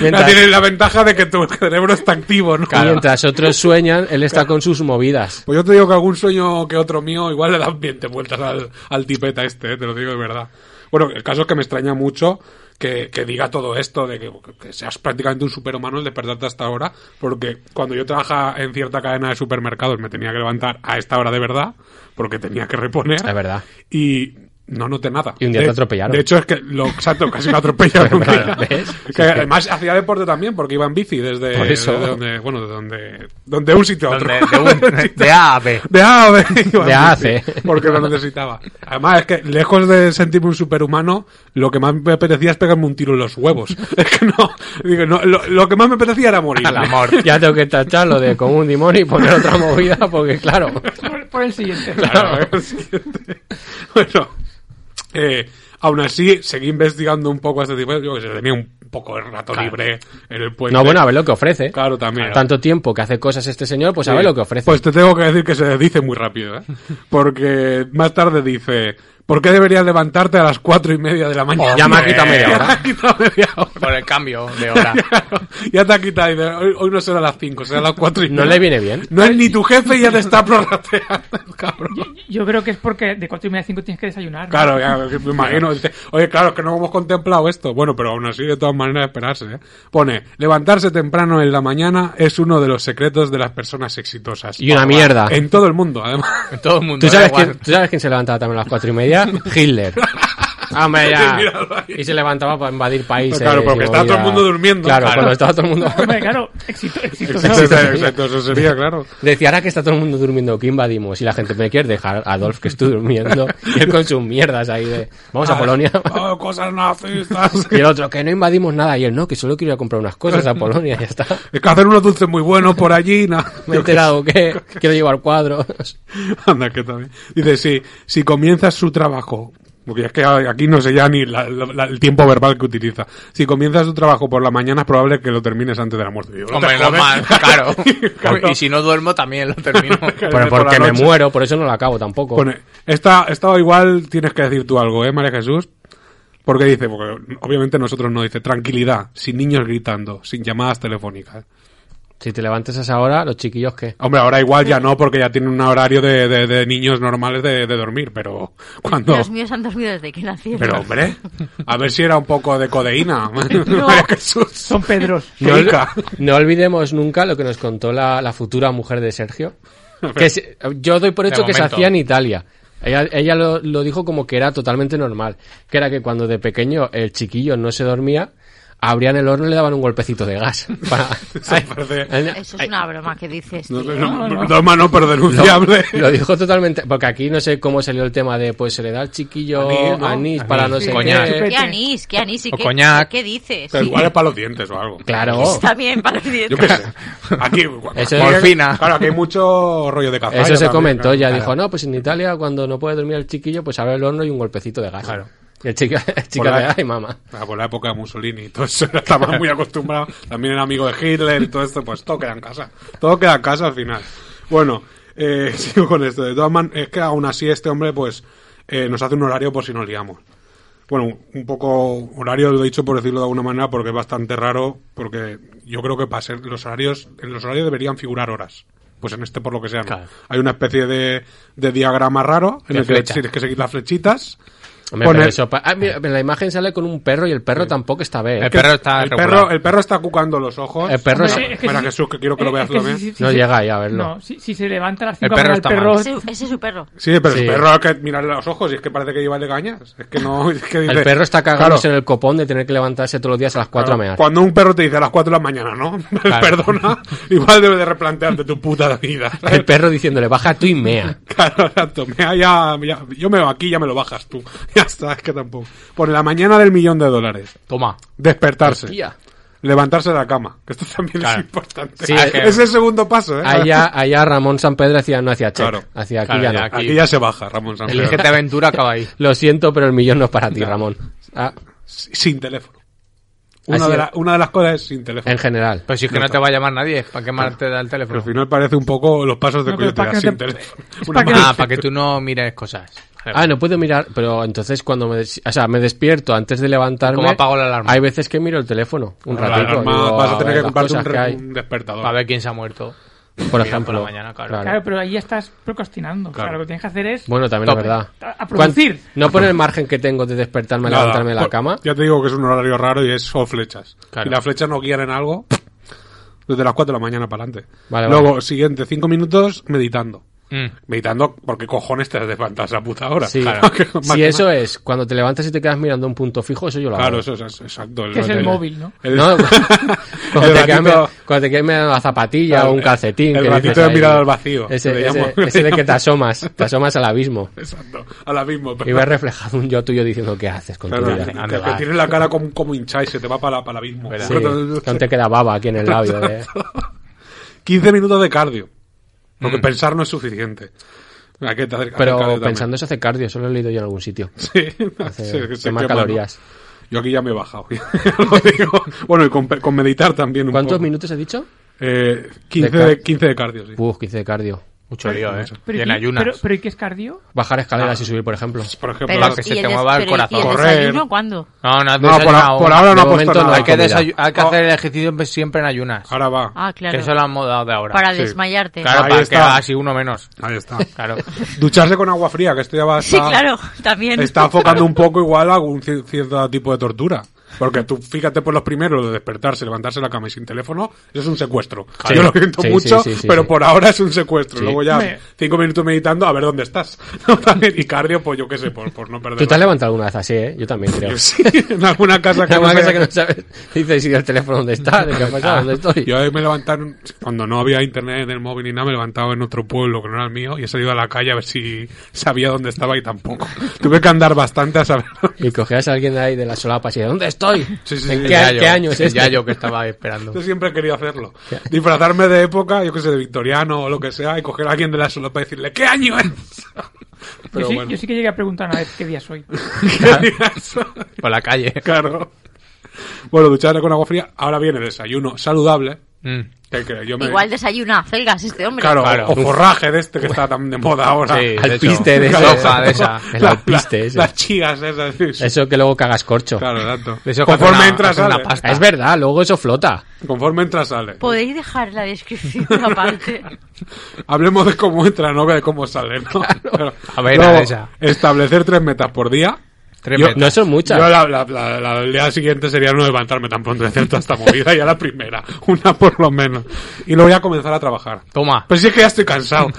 C: Mientras,
B: tienes la ventaja de que tu cerebro está activo, ¿no?
C: mientras otros sueñan, él está con sus movidas.
B: Pues yo te digo que algún sueño que otro mío igual le dan 20 vueltas al, al tipeta este, eh, te lo digo de verdad. Bueno, el caso es que me extraña mucho que, que diga todo esto, de que, que seas prácticamente un superhumano el despertarte hasta ahora, porque cuando yo trabajaba en cierta cadena de supermercados me tenía que levantar a esta hora de verdad, porque tenía que reponer.
C: Es verdad.
B: Y no noté nada.
C: Y un día
B: De-
C: te atropellaron.
B: De hecho, es que lo exacto, casi me atropellaron.
C: Claro,
B: Que
C: ¿ves?
B: además hacía deporte también, porque iba en bici desde,
C: Por eso.
B: desde donde, bueno, de donde, donde un sitio a otro.
D: Donde- de, un- de A a B.
B: De A a B. Iba
C: De A a
B: en bici,
C: C.
B: Porque lo necesitaba. Además, es que lejos de sentirme un superhumano, lo que más me apetecía es pegarme un tiro en los huevos. Es que no. digo, no, lo, lo que más me apetecía era morir.
D: Al amor.
C: Ya tengo que tachar lo de con un demonio y poner otra movida, porque claro.
B: Pues
F: por, por el siguiente.
B: Claro, el siguiente. Bueno, eh, aún así, seguí investigando un poco a este tipo. Yo que sé, tenía un poco de rato libre en el puente.
C: No, bueno, a ver lo que ofrece.
B: Claro, también.
C: Tanto tiempo que hace cosas este señor, pues a ver
B: Sí.
C: lo que ofrece.
B: Pues te tengo que decir que se dice muy rápido, ¿eh? Porque más tarde dice, ¿por qué deberías levantarte a las cuatro y media de la mañana?
C: ya me ha quitado media
B: Ya te
C: hora.
B: ha quitado media hora.
D: Por el cambio de hora.
B: Ya te ha quitado. y dice, Hoy, hoy no será a las cinco, será a las cuatro y media.
C: No le viene bien.
B: No es ni tu jefe y ya te está prorrateando, cabrón.
F: Yo creo que es porque de 4 y media a 5 tienes que desayunar. ¿no?
B: Claro, ya me imagino. claro, dice, oye, claro, es que no hemos contemplado esto. Bueno, pero aún así, de todas maneras, esperarse. ¿eh? Pone, levantarse temprano en la mañana es uno de los secretos de las personas exitosas.
C: Y una mierda.
B: En todo el mundo, además.
D: En todo el mundo.
C: ¿Tú
D: da
C: sabes,
D: igual.
C: quién, tú sabes quién se levantaba también a las cuatro y media? Hitler. Hombre, ya.
B: Sí, míralo ahí. Pues
C: Y se levantaba para invadir países.
B: Claro, porque
C: y
B: estaba todo el mundo durmiendo.
C: Claro,
B: Claro.
C: cuando estaba todo el mundo.
F: Hombre, claro, éxito, éxito.
B: Exacto, exacto, eso sería, claro.
C: Decía, ahora que está todo el mundo durmiendo, ¿qué invadimos? Y la gente me quiere dejar a Adolf que estoy durmiendo. Y él con sus mierdas ahí de. Vamos a Polonia.
B: Oh, cosas nazistas.
C: Y el otro, que no invadimos nada. Y él, no, que solo quiero ir a comprar unas cosas a Polonia, ya está.
B: Es que hacen unos dulces muy buenos por allí. na-
C: Me he enterado que quiero llevar cuadros.
B: Anda, que también. Dice, sí, si comienzas su trabajo, porque es que aquí no sé ya ni la- la- la- el tiempo verbal que utiliza. Si comienzas su trabajo por la mañana es probable que lo termines antes de la muerte. Digo, no te
D: Hombre, no
B: jodes.
D: mal, claro.
B: Claro.
D: Y si no duermo, también lo termino.
C: Pero
B: por
C: porque
B: la
C: me
B: noche.
C: muero, por eso no lo acabo tampoco.
B: Pone, esta, esta igual tienes que decir tú algo, ¿eh, María Jesús? Porque dice, porque obviamente nosotros no, dice, tranquilidad, sin niños gritando, sin llamadas telefónicas.
C: Si te levantas a esa hora, los chiquillos que.
B: Hombre, ahora igual ya no, porque ya tienen un horario de, de- de niños normales de, de dormir, pero cuando...
E: Los míos han dormido desde que nacieron.
B: Pero hombre, a ver si era un poco de codeína.
F: No.
B: María Jesús.
F: Son Pedros.
C: No, ol-
B: Ica.
C: no olvidemos nunca lo que nos contó la, la futura mujer de Sergio. Que se- yo doy por
D: De
C: hecho que se
D: momento.
C: hacía en Italia. Ella, ella lo, lo dijo como que era totalmente normal. Que era que cuando de pequeño el chiquillo no se dormía, abrían el horno y le daban un golpecito de gas. Para-
B: Eso parece-
C: Ay, Eh,
E: Eso es
C: ay,
E: una broma que dices.
B: No,
E: tío.
B: no, no, Toma, no, pero denunciable.
C: Lo dijo totalmente. Porque aquí no sé cómo salió el tema de pues se le da al chiquillo
B: Anís,
C: anís,
B: ¿no?
C: para no
F: Anís.
C: sé
D: Coñac.
C: qué.
E: ¿Qué anís? ¿Qué anís? ¿Y
D: O
E: qué,
D: coñac.
E: ¿Qué dices?
B: Pero
E: Sí.
B: igual es para los dientes o algo.
C: Claro.
E: Está bien para los
B: Yo
E: dientes.
B: qué sé. Aquí, guau,
C: Eso-
D: Morfina.
B: Claro, aquí hay mucho rollo de cazalla.
C: Eso se
B: también,
C: comentó,
B: claro.
C: ya dijo, no, pues en Italia cuando no puede dormir el chiquillo, pues abre el horno y un golpecito de gas.
B: Claro.
C: Y el chica, el chica
B: Por la-
C: de, ay mamá.
B: Ah, por la época de Mussolini, y todo eso era- estaba muy acostumbrado. También era amigo de Hitler y todo esto, pues todo queda en casa. Todo queda en casa al final. Bueno, eh, sigo con esto. De todas maneras, es que aún así este hombre, pues, eh, nos hace un horario por si nos liamos. Bueno, un poco horario, lo he dicho por decirlo de alguna manera, porque es bastante raro, porque yo creo que para ser los horarios, en los horarios deberían figurar horas. Pues en este, por lo que sea, no.
C: Claro.
B: Hay una especie de, de diagrama raro en
D: De
B: el que
D: flecha.
B: tienes que seguir las flechitas.
C: Hombre,
B: Poner-
C: pero eso pa- ah, mira, en la imagen sale con un perro y el perro tampoco está B. ¿eh?
D: El perro está
B: el
D: regular.
B: perro, el perro está cucando los ojos.
C: El perro
F: Hombre,
C: es-
F: es que
B: Mira,
F: si-
B: Jesús, que quiero que lo
F: es
B: veas
F: si-
B: también.
F: si- si-
C: No
F: si-
C: llega ahí a verlo.
F: No, si, si se levanta a las 5
D: El
F: de
D: perro
F: la mañana,
D: está mal.
F: el
E: Ese,
F: perro...
E: ese es su perro.
B: Sí, pero
C: Sí.
B: el perro es que mirar los ojos y es que parece que lleva legañas. Es que no. es que
C: El
B: dice-
C: perro está cagándose
B: Claro,
C: en el copón de tener que levantarse todos los días a las 4
B: claro,
C: a mear.
B: Cuando un perro te dice a las 4 de la mañana, ¿no? Perdona, igual debe de replantearte tu puta vida.
C: El perro diciéndole, baja tú y mea.
B: Claro, exacto. Mea, ya, ya- yo me aquí, ya me lo bajas tú. Ya está, es que tampoco. Por la mañana del millón de dólares.
D: Toma.
B: Despertarse.
C: Tía.
B: Levantarse de la cama. Que esto también
D: Claro.
B: es importante.
C: Sí,
B: Ah,
C: es
D: que-
B: es el segundo paso, ¿eh?
C: Allá, allá Ramón San Pedro hacía, no hacía check,
B: Claro.
C: hacía aquí
D: Claro,
C: ya
D: ya
C: no.
D: aquí.
B: Aquí ya se baja, Ramón San Pedro.
D: Elígete aventura, acaba ahí.
C: Lo siento, pero el millón no es para ti, Ramón. Ah,
B: sin teléfono. Una
C: Así
B: de,
C: es.
B: la- una de las cosas es sin teléfono.
C: en general.
D: Pero si es que no te va a llamar nadie, ¿para qué más te da el
B: Pero
D: teléfono?
B: al final parece un poco los pasos de
F: No, pero
B: Coyote,
F: para que
B: sin
F: te-
B: teléfono.
F: es
B: Una
F: para que-
B: mano-
D: Ah, para que tú no mires cosas.
C: Ah, no puedo mirar, pero entonces cuando me, des- o sea, me despierto antes de levantarme,
D: ¿Cómo apago la alarma?
C: hay veces que miro el teléfono un
B: la
C: ratito.
B: alarma,
C: digo,
B: vas a
C: ver
B: tener que
C: las
B: comprarte un,
C: cosas
B: re-
C: que hay.
B: un despertador.
D: Para ver quién se ha muerto.
C: por
D: Mira,
C: ejemplo.
D: por la mañana, claro.
F: Claro, pero ahí ya estás procrastinando. O sea,
B: Claro.
F: lo que tienes que hacer es...
C: Bueno, también es
D: Tope.
C: verdad.
F: A producir.
C: Cuan- No por el margen que tengo de despertarme,
B: Nada,
C: levantarme de la
B: por-
C: cama.
B: Ya te digo que es un horario raro y es o flechas.
D: Claro.
B: Si las flechas no guían en algo, desde las 4 de la mañana para adelante.
C: Vale,
B: Luego,
C: vale.
B: siguiente, 5 minutos meditando.
D: Mm.
B: Meditando, porque cojones te levantas a puta hora?
C: Sí.
B: Claro, que- más
C: si
B: que
C: eso
B: más.
C: es, cuando te levantas y te quedas mirando un punto fijo, eso yo lo
B: Claro,
C: hago.
B: eso es, es- exacto.
F: Que es el
B: el-
F: móvil, ¿no?
B: el-
C: No,
B: el
C: cuando, te quedas,
B: ratito-
C: mirando- cuando te quedas mirando la zapatilla
B: Claro,
C: o un calcetín.
B: el
C: que
B: ratito de
C: dices ahí,
B: mirar al vacío,
C: Ese,
B: que le
C: ese-
B: llamo- le
C: ese de que
B: llamo.
C: te asomas, te asomas al abismo.
B: Exacto, al abismo.
C: Y ves reflejado un yo tuyo diciendo, ¿qué haces con tu
B: Claro,
C: vida?
B: que-
D: anda,
B: que,
D: va.
B: tienes la cara como, como hinchada y se te va para, para el abismo.
C: Sí, que aún te queda baba aquí en el labio. ¿eh?
B: 15 minutos de cardio. Porque pensar no es suficiente. Hay que hacer- hacer cardio
C: Mm. Pero
B: también.
C: pensando eso hace cardio, eso lo he leído yo en algún sitio.
B: Sí,
C: Hace-
B: se- se
C: quema
B: quema, ¿no?
C: calorías.
B: Yo aquí ya me he bajado. ya lo digo. Bueno, y con, pe- con meditar también un
C: ¿Cuántos
B: poco.
C: minutos he dicho?
B: Eh, 15,
C: De
B: de,
C: car-
B: 15 de cardio, sí.
C: Uf, 15 de cardio.
D: Mucho lío, ¿eh?
F: Pero
D: y en
F: qué-
D: ayunas.
F: Pero, pero ¿y qué es cardio?
C: Bajar
B: Ah.
C: escaleras y subir, por ejemplo.
B: Por ejemplo,
E: Pero,
D: que
E: ¿y
D: se te
E: des-
D: mueva el
E: pero ¿y
D: corazón.
E: desayuno cuándo?
D: No, no, has
B: No, por,
D: desayunado.
B: por ahora
C: De
B: no ha puesto
C: momento no
B: nada.
D: hay, que
C: comida.
D: desayu- hay que
B: Oh.
D: hacer el ejercicio siempre en ayunas.
B: Ahora va.
E: Ah, claro.
D: Que eso lo han modado de ahora.
E: Para
B: Sí.
E: desmayarte.
D: Claro,
B: Ahí
D: para que
B: está.
D: así uno menos.
B: Ahí está.
D: Claro.
B: Ducharse con agua fría, que esto ya va a
E: Sí,
B: estar-
E: claro, también.
B: Está enfocando un poco igual a algún cier- cierto tipo de tortura. Porque tú fíjate por los primeros, lo de despertarse, levantarse de la cama y sin teléfono, eso es un secuestro.
C: Sí.
B: Yo lo siento
C: Sí,
B: mucho,
C: sí, sí, sí,
B: pero
C: sí.
B: por ahora es un secuestro.
C: Sí.
B: Luego ya
F: Hombre.
B: cinco minutos meditando a ver dónde estás. ¿no? También, y cardio, pues yo qué sé, por, por no perder.
C: Tú te has levantado alguna vez así, ¿eh? Yo también creo.
B: Sí, en alguna casa que,
C: Hay
B: no
C: una
B: me-
C: cosa que no sabes. Dices, ¿y el teléfono dónde está? ¿De ¿Qué ha pasado? ¿Dónde estoy?
B: Yo me levantaron, cuando no había internet en el móvil ni nada, me levantaba en otro pueblo que no era el mío y he salido a la calle a ver si sabía dónde estaba y tampoco. Tuve que andar bastante a saber.
C: Y cogías a alguien de ahí de la solapa y ¿dónde estoy?
B: Sí, sí,
C: ¿En
B: sí.
C: qué,
D: El yayo,
C: qué año es
D: el
C: este?
D: yayo que estaba ahí esperando.
B: Yo siempre he querido hacerlo. Disfrazarme de época, yo que sé, de victoriano o lo que sea, y coger a alguien de la solapa y decirle, ¿qué año es? Pero
F: yo, sí,
B: bueno.
F: yo sí que llegué a preguntar una vez qué día soy.
B: ¿Qué año es?
D: Por la calle.
B: claro. Bueno, ducharse con agua fría. Ahora viene desayuno saludable.
D: Mm.
B: que- que yo me-
E: Igual desayuna celgas este hombre.
B: Claro,
D: Claro.
B: o o forraje de este que está tan de moda ahora.
D: Sí, de hecho.
C: Alpiste de
D: Claro,
C: ese.
D: hoja de esa.
C: El
B: La-
C: alpiste
B: la-
C: ese.
B: Las chías esas. sí.
C: Eso que luego cagas corcho.
B: Claro, exacto.
D: De eso que
B: Conforme
D: hace una-
B: entras,
D: hace una
B: sale.
D: pasta.
C: Es verdad, luego eso flota.
B: Conforme entras, sale.
E: Podéis dejar la descripción aparte.
B: Hablemos de cómo entra, no de cómo sale. ¿no? Pero-
D: A ver,
B: Luego,
D: a esa.
B: Establecer tres metas por día.
D: Tres
B: Yo-
D: metas.
C: No son muchas.
B: Yo la, la, la, la- el día siguiente sería no levantarme tan pronto de hacer toda esta movida, ya la primera, una por lo menos. Y luego voy a comenzar a trabajar.
D: Toma.
B: Pero si es que ya estoy cansado.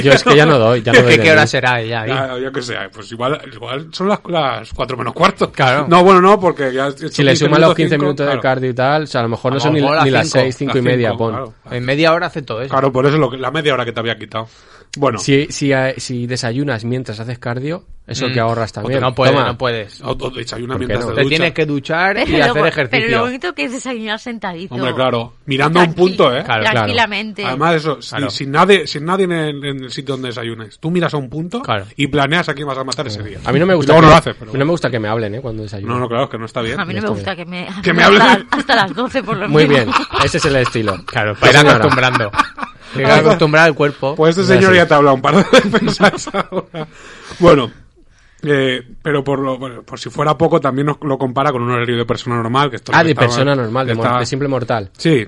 B: Si
C: Yo es que ya no doy, ya no doy
D: ¿Qué,
C: de
D: ¿Qué
C: mí.
D: hora será ya ahí?
B: Ya, yo qué sé, pues igual, igual son las, las cuatro menos cuarto.
D: Claro.
B: No, bueno, no, porque ya...
C: Si le suman los 15 minutos de cardio y tal, o sea, a lo mejor no
D: A lo
C: son ni,
D: mejor las
C: ni las
D: cinco,
C: 6, 5 y media, pon.
B: Claro,
D: En media hora hace todo eso.
B: Claro, por eso lo que- la media hora que te había quitado. Bueno,
C: Si, si, eh, si desayunas mientras haces cardio, eso que ahorras
D: Porque
C: también.
D: Mm. No puedes,
C: Toma.
D: no puedes.
B: o, o desayuna
C: ¿Por qué
B: mientras
C: no?
B: te
D: Te
B: duchas.
D: tienes que duchar y
E: luego-
D: hacer ejercicio.
E: pero lo bonito que es desayunar sentadito.
B: Hombre, claro, mirando a un
E: Tranqui-
B: punto, ¿eh?
C: Claro, claro.
E: tranquilamente.
B: Además, eso, si-
D: Claro.
B: sin, nadie, sin nadie en el, en el sitio donde desayunes, tú miras a un punto
D: Claro.
B: y planeas a quién vas a matar ese día.
C: A mí no me gusta,
B: Y
C: que,
B: luego no lo haces, pero
C: no me gusta que me hablen, ¿eh? Cuando
B: bueno.
C: desayuno.
B: No, no, claro, es que no está bien.
E: a mí no me
C: Esto
E: gusta que me,
B: Que me
E: hasta,
B: hablen.
E: hasta las 12 por lo menos.
C: Muy bien, ese es el estilo.
D: Claro, para
C: Pues
D: ir
C: una hora.
D: acostumbrando. Tienes que acostumbrar al cuerpo.
B: Pues este
C: Gracias.
B: señor ya te ha hablado un par de veces a esa hora. Bueno, eh, pero por, lo, bueno, por si fuera poco, también nos lo compara con un horario de persona normal. Que esto
C: Ah,
B: no
C: de
B: estaba-
C: persona normal, de, mor-
B: está-
C: de simple mortal.
B: Sí,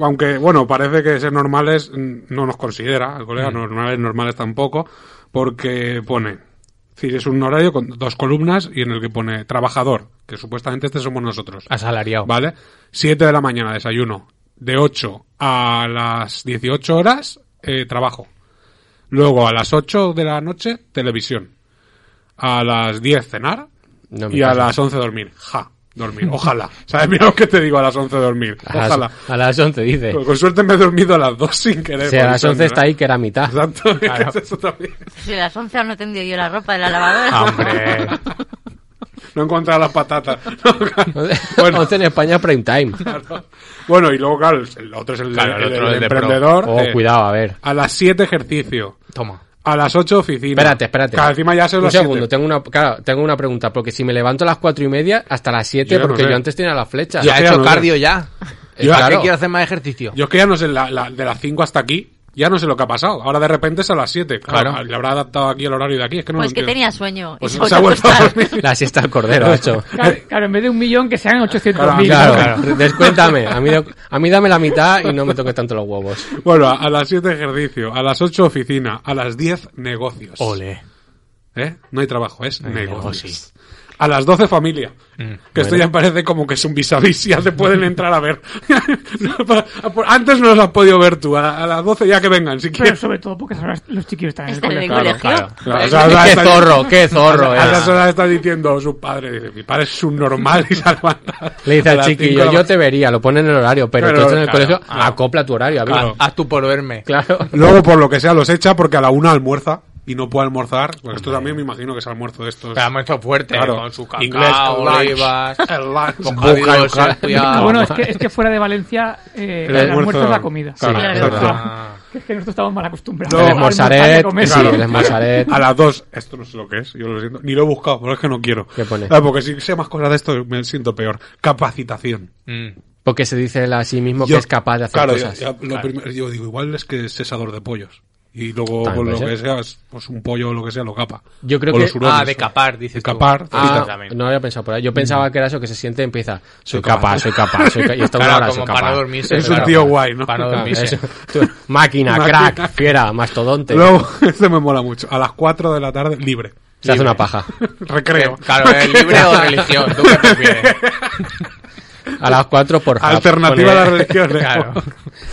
B: aunque bueno, parece que ser normales mm, no nos considera, el colega, normales, normales tampoco, porque pone, es decir, es un horario con dos columnas y en el que pone trabajador, que supuestamente este somos nosotros,
C: Ah,
D: Asalariado.
B: ¿vale? 7 de la mañana, desayuno, de 8 a las 18 horas, eh, trabajo. Luego a las 8 de la noche, televisión. A las 10 cenar
C: No, en mi
B: y a
C: caso.
B: las 11 dormir. Ja, dormir, ojalá. ¿Sabes? Mira lo que te digo a las 11 dormir.
C: A las,
B: Ojalá.
C: a las 11 dice.
B: Pues Con, con suerte me he dormido a las 2 sin querer.
C: O sea, a las
B: pensando,
C: 11 está
B: ¿eh?
C: ahí que era mitad.
B: Exacto,
D: Claro.
B: es eso también.
E: Si a las 11 aún no he tendido yo la ropa de la lavadora.
B: Ah,
D: Hombre.
B: No he encontrado las patatas. Bueno.
C: 11 en España prime time.
B: Claro. Bueno, y luego, claro, el- el otro es el, de-
D: Claro, el
B: el-
D: otro
B: el
D: es de pro.
B: emprendedor.
C: Oh,
B: eh,
C: cuidado, a ver.
B: A las 7 ejercicio.
D: Toma.
B: A las 8 oficina.
C: Espérate, espérate.
B: Cada encima ya se
C: Un
B: las
C: segundo,
B: 7.
C: tengo una, claro, tengo una pregunta. Porque si me levanto a las 4 y media, hasta las 7,
B: Yo ya
C: porque
B: no sé.
C: yo antes tenía la flecha.
B: Ya,
D: Ya he
B: ya
D: hecho
B: no sé.
D: cardio ya.
C: Eh,
B: Yo-
D: ¿Para
C: claro.
D: qué quiero hacer más ejercicio?
B: Yo es que ya no sé, la, la- de las 5 hasta aquí, ya no sé lo que ha pasado. Ahora de repente es a las 7. Claro.
D: Claro.
B: Le habrá adaptado aquí el horario de aquí. Es que no
E: Pues
B: lo
E: que
B: entiendo.
E: tenía sueño. y
B: Pues
E: se
B: se
E: volvió
B: ha
E: a
B: vuelto a
E: acostar.
B: dormir.
C: La siesta al cordero, hecho.
F: Claro, claro, en vez de un millón que sean 800.000.
C: Claro,
F: ¿no?
C: claro. descuéntame. A mí, a mí dame la mitad y no me toques tanto los huevos.
B: Bueno, a, a las 7 ejercicio. A las 8 oficina. A las 10 negocios.
D: Ole.
B: ¿Eh? No hay trabajo, es
C: oh,
B: negocios.
D: negocios.
B: A las 12 familia.
C: Mm,
B: que esto ya parece como que es un vis a vis, ya te pueden entrar a ver. Antes no los has podido ver tú, a, a las 12 ya que vengan, si
F: Pero
B: quieres.
F: sobre todo porque ahora los chiquillos están en el
E: Está en el
F: colegio.
E: Este colegio.
B: Claro, o sea, ahora
C: Qué
B: está-
C: zorro, qué zorro.
B: A
C: eh.
B: esas horas está diciendo su padre, dice, mi padre es un normal y se levanta.
C: Le dice
B: a
C: al
B: las cinco de
C: chiquillo,
B: la
C: yo te vería, lo pone en el horario, pero,
B: Pero,
C: tú estás en el
B: claro,
C: colegio,
B: claro.
C: acopla tu horario, amigo.
B: Claro.
D: Haz tú por verme.
C: Claro.
B: Luego, por lo que sea, los echa porque a la una almuerza y no puede almorzar. Pues esto también me imagino que es almuerzo de estos.
D: Pero esto fuerte.
B: Claro.
D: Con su
B: Inglés,
D: cacao,
B: lunch,
D: olivas.
B: el lunch,
D: bocadillos,
B: buja, buja.
D: eh, cuidado.
F: Ah, bueno, es que, es que fuera de Valencia eh, el, almuerzo es la comida.
B: Claro,
E: Sí, claro.
B: exacto.
D: Ah.
F: Que Es que nosotros estamos mal acostumbrados.
B: No,
C: El
F: a almorzar y a
C: esmorzaret,
F: comer.
C: sí,
B: Claro.
C: el esmorzaret.
B: A las dos, esto no sé lo que es, yo lo siento. Ni lo he buscado, pero es que no quiero.
C: ¿Qué pone?
B: Ah, porque si sé más cosas de esto, me siento peor. Capacitación.
D: Mm.
C: Porque se dice él a sí mismo
B: Yo-
C: que es capaz de hacer
B: claro,
C: cosas.
B: ya- ya lo primero- yo digo, igual es que es cesador de pollos. y luego
C: También
B: con lo
C: puede
B: que
C: ser.
B: sea, es, pues un pollo o lo que sea, lo capa.
C: Yo creo
B: O
C: que-
B: los hurones,
D: ah, de capar,
B: De
D: dices tú.
B: capar,
C: Ah,
B: también.
C: no había pensado por ahí. Yo pensaba que era eso que se siente y empieza. Soy capaz, soy capaz, soy capaz. Y está una
D: Claro,
C: hora, soy
D: como para
C: capaz.
D: no dormirse.
B: Es
D: claro.
B: un tío guay, ¿no?
D: Para no
B: Claro,
D: dormirse.
C: Eso. Tú, máquina,
B: Máquina.
C: crack, fiera, mastodonte.
B: Luego, este me mola mucho. A las 4 de la tarde, libre.
C: Se hace una paja.
B: Recreo.
D: Claro, ¿es libre o religión? ¿Tú qué prefieres?
C: A las 4 por Hub,
B: Alternativa a
C: pone
B: las religiones.
D: Claro.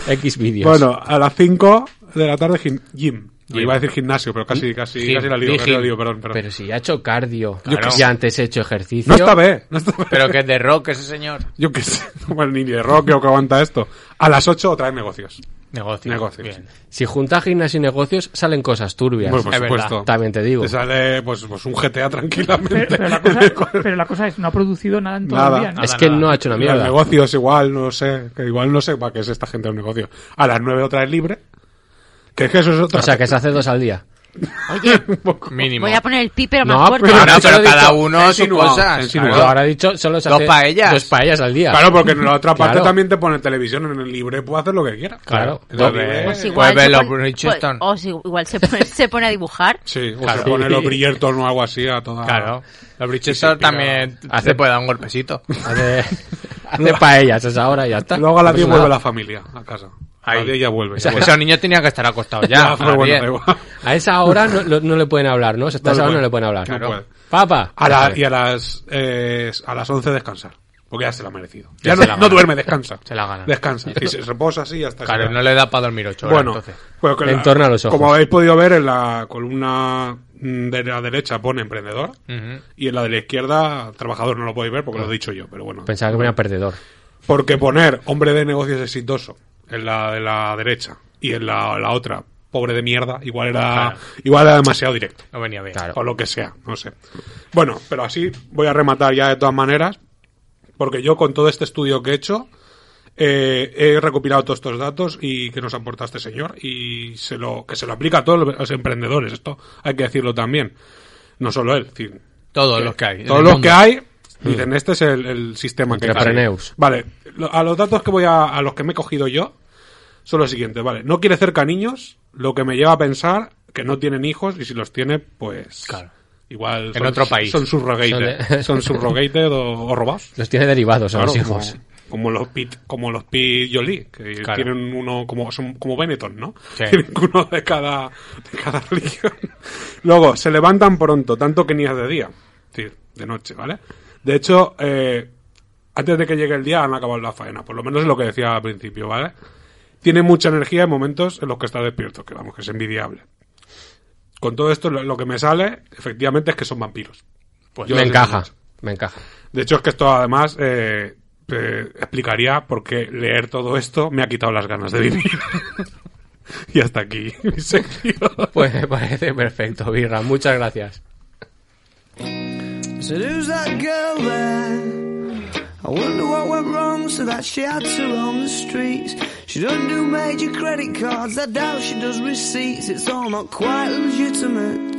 C: X vídeos.
B: Bueno, a las 5 de la tarde, gim- gym. Iba a decir gimnasio, pero casi, casi,
D: Gym.
B: casi la lío,
D: Di
B: casi la
D: gym.
B: lío, perdón, perdón.
C: Pero si ya ha hecho cardio,
D: Yo qué
C: y
D: sé.
C: antes he hecho ejercicio.
B: no está B, no está B.
D: Pero que es de rock ese señor.
B: Yo qué sé, bueno, ni de rock o que aguanta esto. A las 8 otra vez negocios.
D: Negocio.
B: Negocios.
D: Bien.
C: Si juntas gimnasio y negocios, salen cosas turbias.
B: Bueno, pues, por
D: es verdad.
B: supuesto.
C: También te digo.
B: Te sale pues, pues un GTA tranquilamente.
F: Pero, pero la cosa, pero la cosa es, no ha producido nada en todo
B: Nada.
F: el día, ¿no?
C: es que
D: nada.
C: no ha hecho una
B: Los
C: mierda.
B: negocios igual, no sé, que igual no sé para qué es esta gente de un negocio. A las 9 otra vez libre. Que es que eso es otra.
C: O sea, que se hace dos al día.
B: un poco.
D: Mínimo.
E: Voy a poner el pi, pero más
C: No,
E: fuerte.
C: pero-
D: Claro,
C: Eso lo
D: pero
C: he dicho.
D: cada uno sus
B: Insinuado,
D: cosas.
B: insinuado.
C: Pero
D: claro.
C: ahora he dicho, solo se
D: Dos
C: hace
D: paellas.
C: dos paellas al día.
B: Claro, porque en la otra parte
C: Claro.
B: también te pone televisión en el libre, puede hacer lo que quiera.
C: Claro.
B: Entonces,
E: Pues
D: Pues
E: igual se
D: ver los
E: pone-
D: Bridgerton.
E: pues- o si- igual se pone, se pone a dibujar.
B: Sí, o
D: Claro.
B: se pone los Bridgerton o algo así a toda.
D: Claro. Los Bridgerton Ah. también
C: Hace-
D: te puede dar un golpecito.
C: Hace, hace paellas esa hora y ya está.
B: Luego a las
C: No
B: 10
C: pasa
B: vuelve
C: nada.
B: la familia a casa. A
D: Ahí.
B: las 10 ya vuelve.
D: O sea,
B: ya
D: esos niños tenían que estar acostados ya.
B: Ya,
D: a
B: pero
D: las
B: Ah, bueno,
D: 10.
B: da igual.
C: A esa hora no, lo- no le pueden hablar, ¿no? O sea, hasta
B: No le
C: esa hora no
B: puede.
C: le pueden hablar.
B: No puede.
C: Papa.
B: A la- y a las, eh, a las 11 descansar. Porque ya se la ha merecido. Ya,
D: Ya
B: no,
D: se la
B: no
D: gana.
B: duerme, descansa.
D: Se la gana.
B: Descansa. Y se reposa así hasta
D: Claro, no le da para dormir ocho horas.
B: Bueno,
D: entonces.
B: pues que
C: En torno a los ojos.
B: Como habéis podido ver, en la columna mm, de la derecha pone emprendedor. Y en la de la izquierda, trabajador, no lo podéis ver porque lo he dicho yo, pero
D: Pues-
B: bueno.
C: Pensaba que venía perdedor.
B: Porque poner hombre de negocios exitoso en la de la derecha y en la, la otra, pobre de mierda, igual era,
D: Claro.
B: igual era demasiado directo.
D: No venía bien.
C: Claro.
B: O lo que sea, no sé. Bueno, pero así voy a rematar ya de todas maneras, porque yo con todo este estudio que he hecho, eh, he recopilado todos estos datos y que nos aporta este señor y se lo, que se lo aplica a todos los emprendedores, esto hay que decirlo también. No solo él, es decir,
D: Todos los que hay. en
B: todos
D: el
B: los
D: mundo.
B: que
D: Mm.
B: hay dicen este es el, el sistema que
C: Entrepreneurs.
B: Vale, lo- a los datos que voy a, a los que me he cogido yo son los siguientes, vale, no quiere cerca niños, lo que me lleva a pensar que no tienen hijos y si los tiene, pues
D: Claro.
B: igual
D: En otro país.
B: son
C: Son de-
B: subrogated, son subrogated o, o robados.
C: Los tiene derivados a
B: Claro,
C: los
B: como,
C: hijos.
B: como los Pit, como los Pit Jolie, que
D: Claro.
B: tienen uno como son como Benetton, ¿no?
D: Sí.
B: Tienen uno de cada de cada religión. Luego se levantan pronto, tanto que ni es de día, es decir, de noche, ¿vale? De hecho, eh, antes de que llegue el día han acabado la faena, por lo menos es lo que decía al principio, ¿vale? Tiene mucha energía en momentos en los que está despierto, que vamos, que es envidiable. Con todo esto, lo, lo que me sale, efectivamente, es que son vampiros.
D: Pues
B: Yo
C: me
B: lo siento
C: encaja,
B: mucho.
C: me encaja.
B: De hecho, es que esto además eh, eh, explicaría por qué leer todo esto me ha quitado las ganas de vivir. y hasta aquí mi sección.
C: Pues me parece perfecto, Birra. Muchas gracias.
G: Seduce that girl there. I wonder what went wrong so that she had to roam the streets. She doesn't do major credit cards, I doubt she does receipts. It's all not quite legitimate.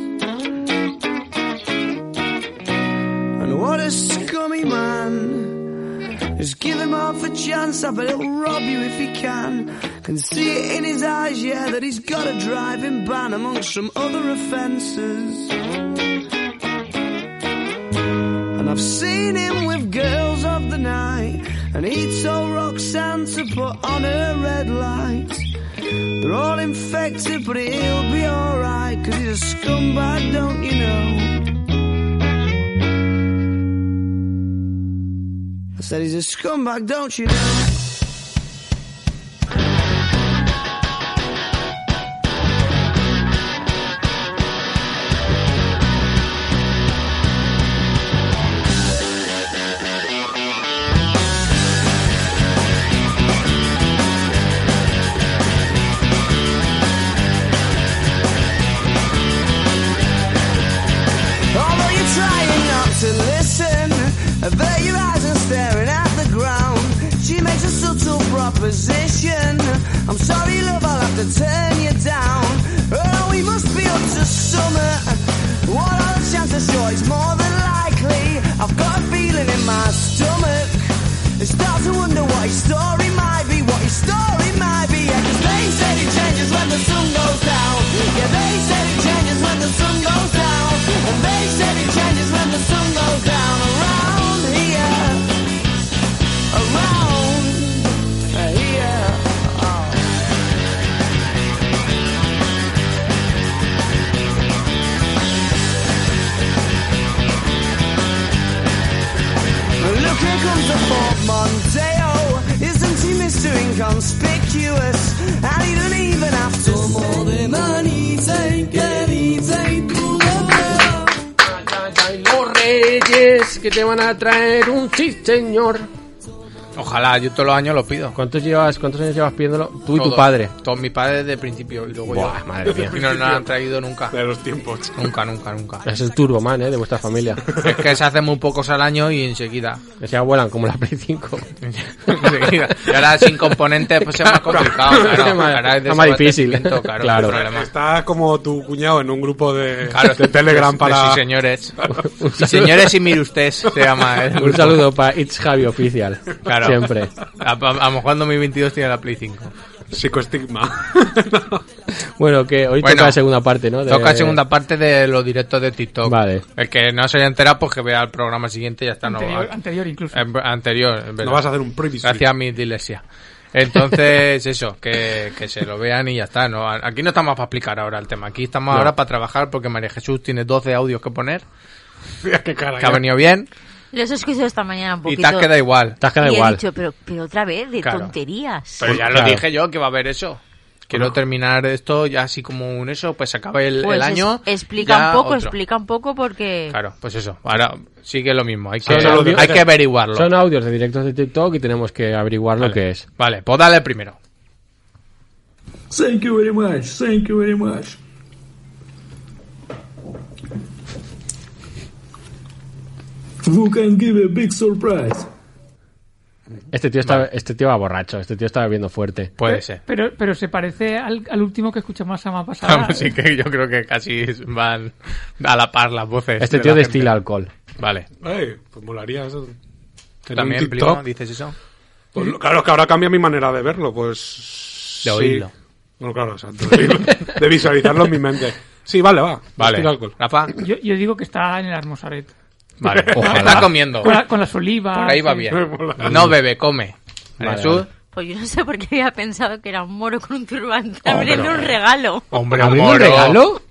G: And what a scummy man. Just give him half a chance, I bet he'll rob you if he can. Can see it in his eyes, yeah, that he's got a driving ban amongst some other offences. And I've seen him with girls of the night. And he told Roxanne to put on her red light. They're all infected, but he'll be alright. Cause he's a scumbag, don't you know? I said he's a scumbag, don't you know? Although you're trying not to listen, avert your eyes and staring at the ground. She makes a subtle proposition. I'm sorry, love, I'll have to turn you down. Oh, we must be up to summer. What are the chances? Sure, it's more than likely. I've got a feeling in my stomach. I start to wonder what his story might be, what his story might be. Yeah, 'cause they said it changes when the sun goes down. sun goes down. And they said it changes when the sun goes down. Around here, around here. Oh. Look, here comes the Fort Mondeo. Isn't he Mr. Inconspicuous? And he don't even have to more than an eating, get eating,
C: Los reyes que te van a traer un chiste, señor.
D: Ojalá, yo todos los años lo pido.
C: ¿Cuántos, llevas, ¿Cuántos años llevas pidiéndolo? Tú y tu
D: Todos.
C: padre.
D: Todos mis padres desde el principio y luego
C: Buah,
D: yo.
C: madre mía.
D: Y no nos han traído nunca.
B: De los tiempos.
D: Nunca, nunca, nunca.
C: Es el Turboman, ¿eh? De vuestra familia.
D: Es que se hacen muy pocos al año y enseguida.
C: Que se vuelan como la Play 5.
D: enseguida. Y ahora sin componentes pues es más complicado. Claro,
C: Es más-
D: Ahora es de
C: es más
D: desabastecimiento,
C: difícil.
D: Claro,
C: Claro.
D: no hay problema.
B: Está como tu cuñado en un grupo de,
D: Claro,
B: de Telegram
D: de-
B: para...
D: Sí, señores. Sí, señores y mire usted, se llama. el
C: Un
D: grupo.
C: saludo para It's Javi Oficial.
D: Claro.
C: Siempre.
D: A, a- a lo mejor en 2022 tiene la Play 5.
B: Psicoestigma.
C: Bueno, que hoy
D: Bueno,
C: toca la segunda parte, ¿no? De-
D: Toca segunda parte de los directos de TikTok.
C: Vale.
D: El que no se haya enterado, pues que vea el programa siguiente y ya está. no
F: anterior,
D: va.
F: anterior incluso.
D: Em- anterior, en verdad.
B: No vas a hacer un previously.
D: Gracias a mi dislexia. Entonces, eso, que, que se lo vean y ya está. ¿no? A- Aquí no estamos para explicar ahora el tema. Aquí estamos ahora para trabajar porque María Jesús tiene 12 audios que poner,
B: Mira qué cara.
D: que ha
B: ya.
D: venido bien,
E: Los he escuchado esta mañana un
D: y
E: poquito.
D: te has quedado igual.
C: Te has quedado
E: Y he
C: igual.
E: dicho, pero, pero otra vez, de
D: Claro.
E: tonterías.
D: Pero ya lo
C: Claro.
D: dije yo que va a haber eso. Quiero terminar esto ya así como un eso, pues se acaba el, el
E: Pues es-
D: año.
E: explica
D: ya
E: un poco,
D: otro.
E: explica un poco porque...
D: Claro, pues eso. Ahora sigue lo mismo. Hay que,
C: Son audios-
D: hay que averiguarlo.
C: Son audios de directos de TikTok y tenemos que averiguar lo
D: Vale.
C: que es.
D: Vale, pues dale primero.
H: Thank you very much. Thank you very much. Who can give a big surprise?
C: Este tío, estaba, este tío va borracho, este tío estaba bebiendo fuerte.
D: Puede ser.
F: Pero, pero se parece al, al último que escuchamos la semana pasada.
E: Ah.
D: Vamos, Ah, pues sí que yo creo que casi van a la par las voces.
C: Este
D: de
C: tío
D: la gente.
C: destila alcohol.
D: Vale.
B: Ey, pues molaría eso.
D: ¿Tú
B: Tener
D: también,
B: un TikTok.
D: primo, dices eso?
B: Pues lo- claro, que ahora cambia mi manera de verlo, pues... sí.
D: De oírlo.
B: Bueno, claro, exacto. De, oírlo. De visualizarlo en mi mente. Sí, vale, va.
D: Vale.
B: Destila alcohol.
D: Rafa,
F: Yo, yo digo que está en el Armosaret.
D: vale.
C: Ojalá.
D: Está comiendo.
F: Con, la- con las olivas.
D: Por ahí va
F: sí.
D: bien.
B: Me mola.
D: No bebe, come.
C: Vale,
D: Jesús.
C: vale.
E: Pues yo no sé por qué había pensado que era un moro con un turbante
D: Oh,
E: abriendo
D: pero-
E: un regalo.
D: Hombre, oh.
C: ¿Abriendo un
D: moro.
C: regalo?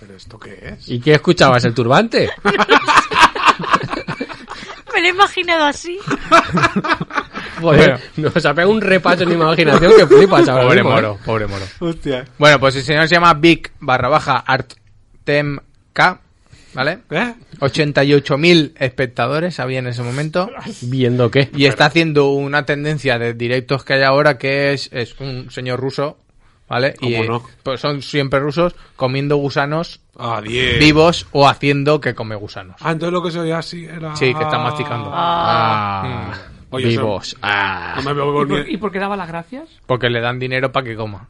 B: ¿Pero esto qué es?
C: ¿Y qué escuchabas? ¿El turbante?
E: Me lo he imaginado así.
C: Joder, nos ha pegado un repaso en imaginación que flipas ahora
D: Pobre
C: mismo, ¿eh?
D: moro, pobre moro.
B: Hostia.
D: Bueno, pues el señor se llama Vic barra baja Artem K, ¿vale?
B: ¿Eh?
D: 88.000 espectadores había en ese momento.
C: ¿Viendo qué?
D: Y está haciendo una tendencia de directos que hay ahora que es, es un señor ruso, ¿vale?
B: ¿Cómo
D: y
B: no?
D: pues son siempre rusos comiendo gusanos
B: Ah, 10.
D: vivos o haciendo que come gusanos.
B: Ah, entonces lo que se oía así era...
D: Sí, que está masticando.
C: Ah,
B: Mm. Oye,
C: vivos. Ah.
B: No me veo
F: ¿Y por,
B: ni...
F: y por qué daba las gracias?
D: Porque le dan dinero para que coma.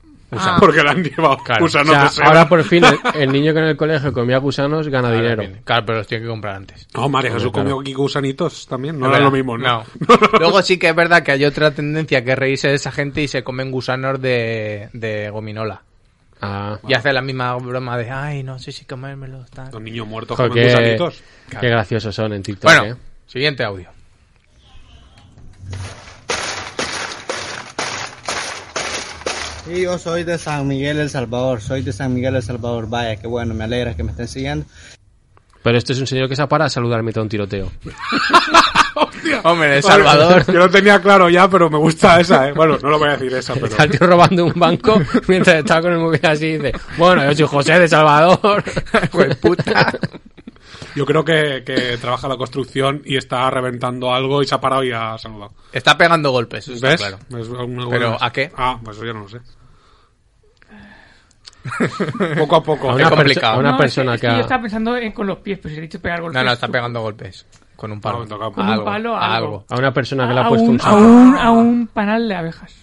B: Porque la han llevado.
D: Claro.
B: Gusanos
C: O sea,
B: de seda.
C: ahora por fin el, el niño que en el colegio comía gusanos gana
D: Ahora
C: dinero.
D: viene. Claro, pero los tiene que comprar antes.
B: No, Oh, María Jesús
C: Claro.
B: comió aquí gusanitos también. No
D: Es
B: era lo
D: verdad.
B: mismo, ¿no?
D: No. Luego sí que es verdad que hay otra tendencia que es reírse de esa gente y se comen gusanos de, de gominola.
C: Ah,
D: Y hace la misma broma de, ay, no sé si comérmelo. tal".
B: Los niños muertos
C: Ojo,
B: comen
C: qué,
B: gusanitos.
C: qué graciosos son en TikTok.
D: Bueno,
C: ¿eh?
D: siguiente audio.
I: Sí, yo soy de San Miguel El Salvador, soy de San Miguel El Salvador, vaya, qué bueno, me alegra que me estén siguiendo.
C: Pero este es un señor que se para a saludarme a un tiroteo.
D: Hombre, El Salvador.
B: Yo lo tenía claro ya, pero me gusta esa, ¿eh? Bueno, no lo voy a decir esa, pero...
C: Está el tío robando un banco mientras está con el móvil así y dice, bueno, yo soy José de Salvador.
D: Hijo de puta.
B: Yo creo que, que trabaja la construcción y está reventando algo y se ha parado y ha saludado.
D: Está pegando golpes, eso está
B: ¿Ves?
D: claro.
B: Es una-
D: Pero, ¿a qué?
B: Ah, pues eso ya no lo sé. poco a poco.
C: A
D: Es
C: una, perso-
D: complicado.
C: a una
F: No, es
C: persona
F: es
C: que...
F: Yo
C: ha-
F: estaba pensando en- con los pies, pero si he dicho pegar golpes.
D: No, no, está pegando golpes. Con un
B: No,
D: palo.
B: Ah, me toca
F: Con
B: a
F: un palo a algo.
C: A una persona que le ha
F: A
C: puesto un...
F: un, a,
C: saco.
F: un, a un panal de abejas.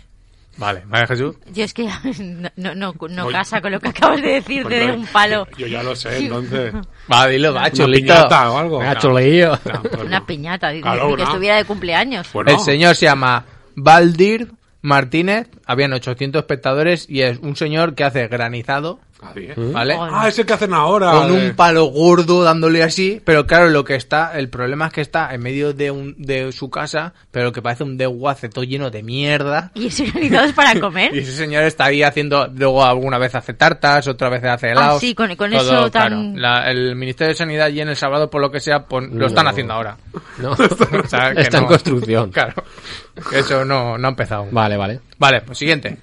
D: Vale, María Jesús.
E: Yo es que no, no, no, no
B: Oye.
E: casa con lo que acabas de decir,
B: Pues
E: de
B: yo-
E: un palo.
B: Yo ya lo sé, entonces.
D: Va, dilo, va,
B: Una
D: chulito.
B: piñata o algo.
C: Me ha
B: No,
C: choleído.
B: no, pues no.
E: Una piñata, ni-
B: Claro,
E: ni que
B: una.
E: estuviera de cumpleaños.
B: Pues
D: El
B: no.
D: señor se llama Valdir Martínez. Habían 800 espectadores y es un señor que hace granizado
B: Javi, ¿eh?
D: ¿Vale?
B: Ah, es el que hacen ahora.
D: ¿Mm? Con
B: de-
D: un palo gordo dándole así, pero claro, lo que está, el problema es que está en medio de, un, de su casa, pero que parece un desguace todo lleno de mierda.
E: ¿Y es organizado para comer?
D: Y ese señor está ahí haciendo, luego alguna vez hace tartas, otra vez hace helados.
E: Ah, sí, con- con eso tan-
D: claro. La- el Ministerio de Sanidad y en El Salvador, por lo que sea, pon- lo están
C: No.
D: haciendo ahora.
C: No.
D: O sea, que
C: Está en
D: no.
C: construcción.
D: Claro. Que Eso no, no ha empezado. aún.
C: Vale, vale.
D: Vale, pues siguiente.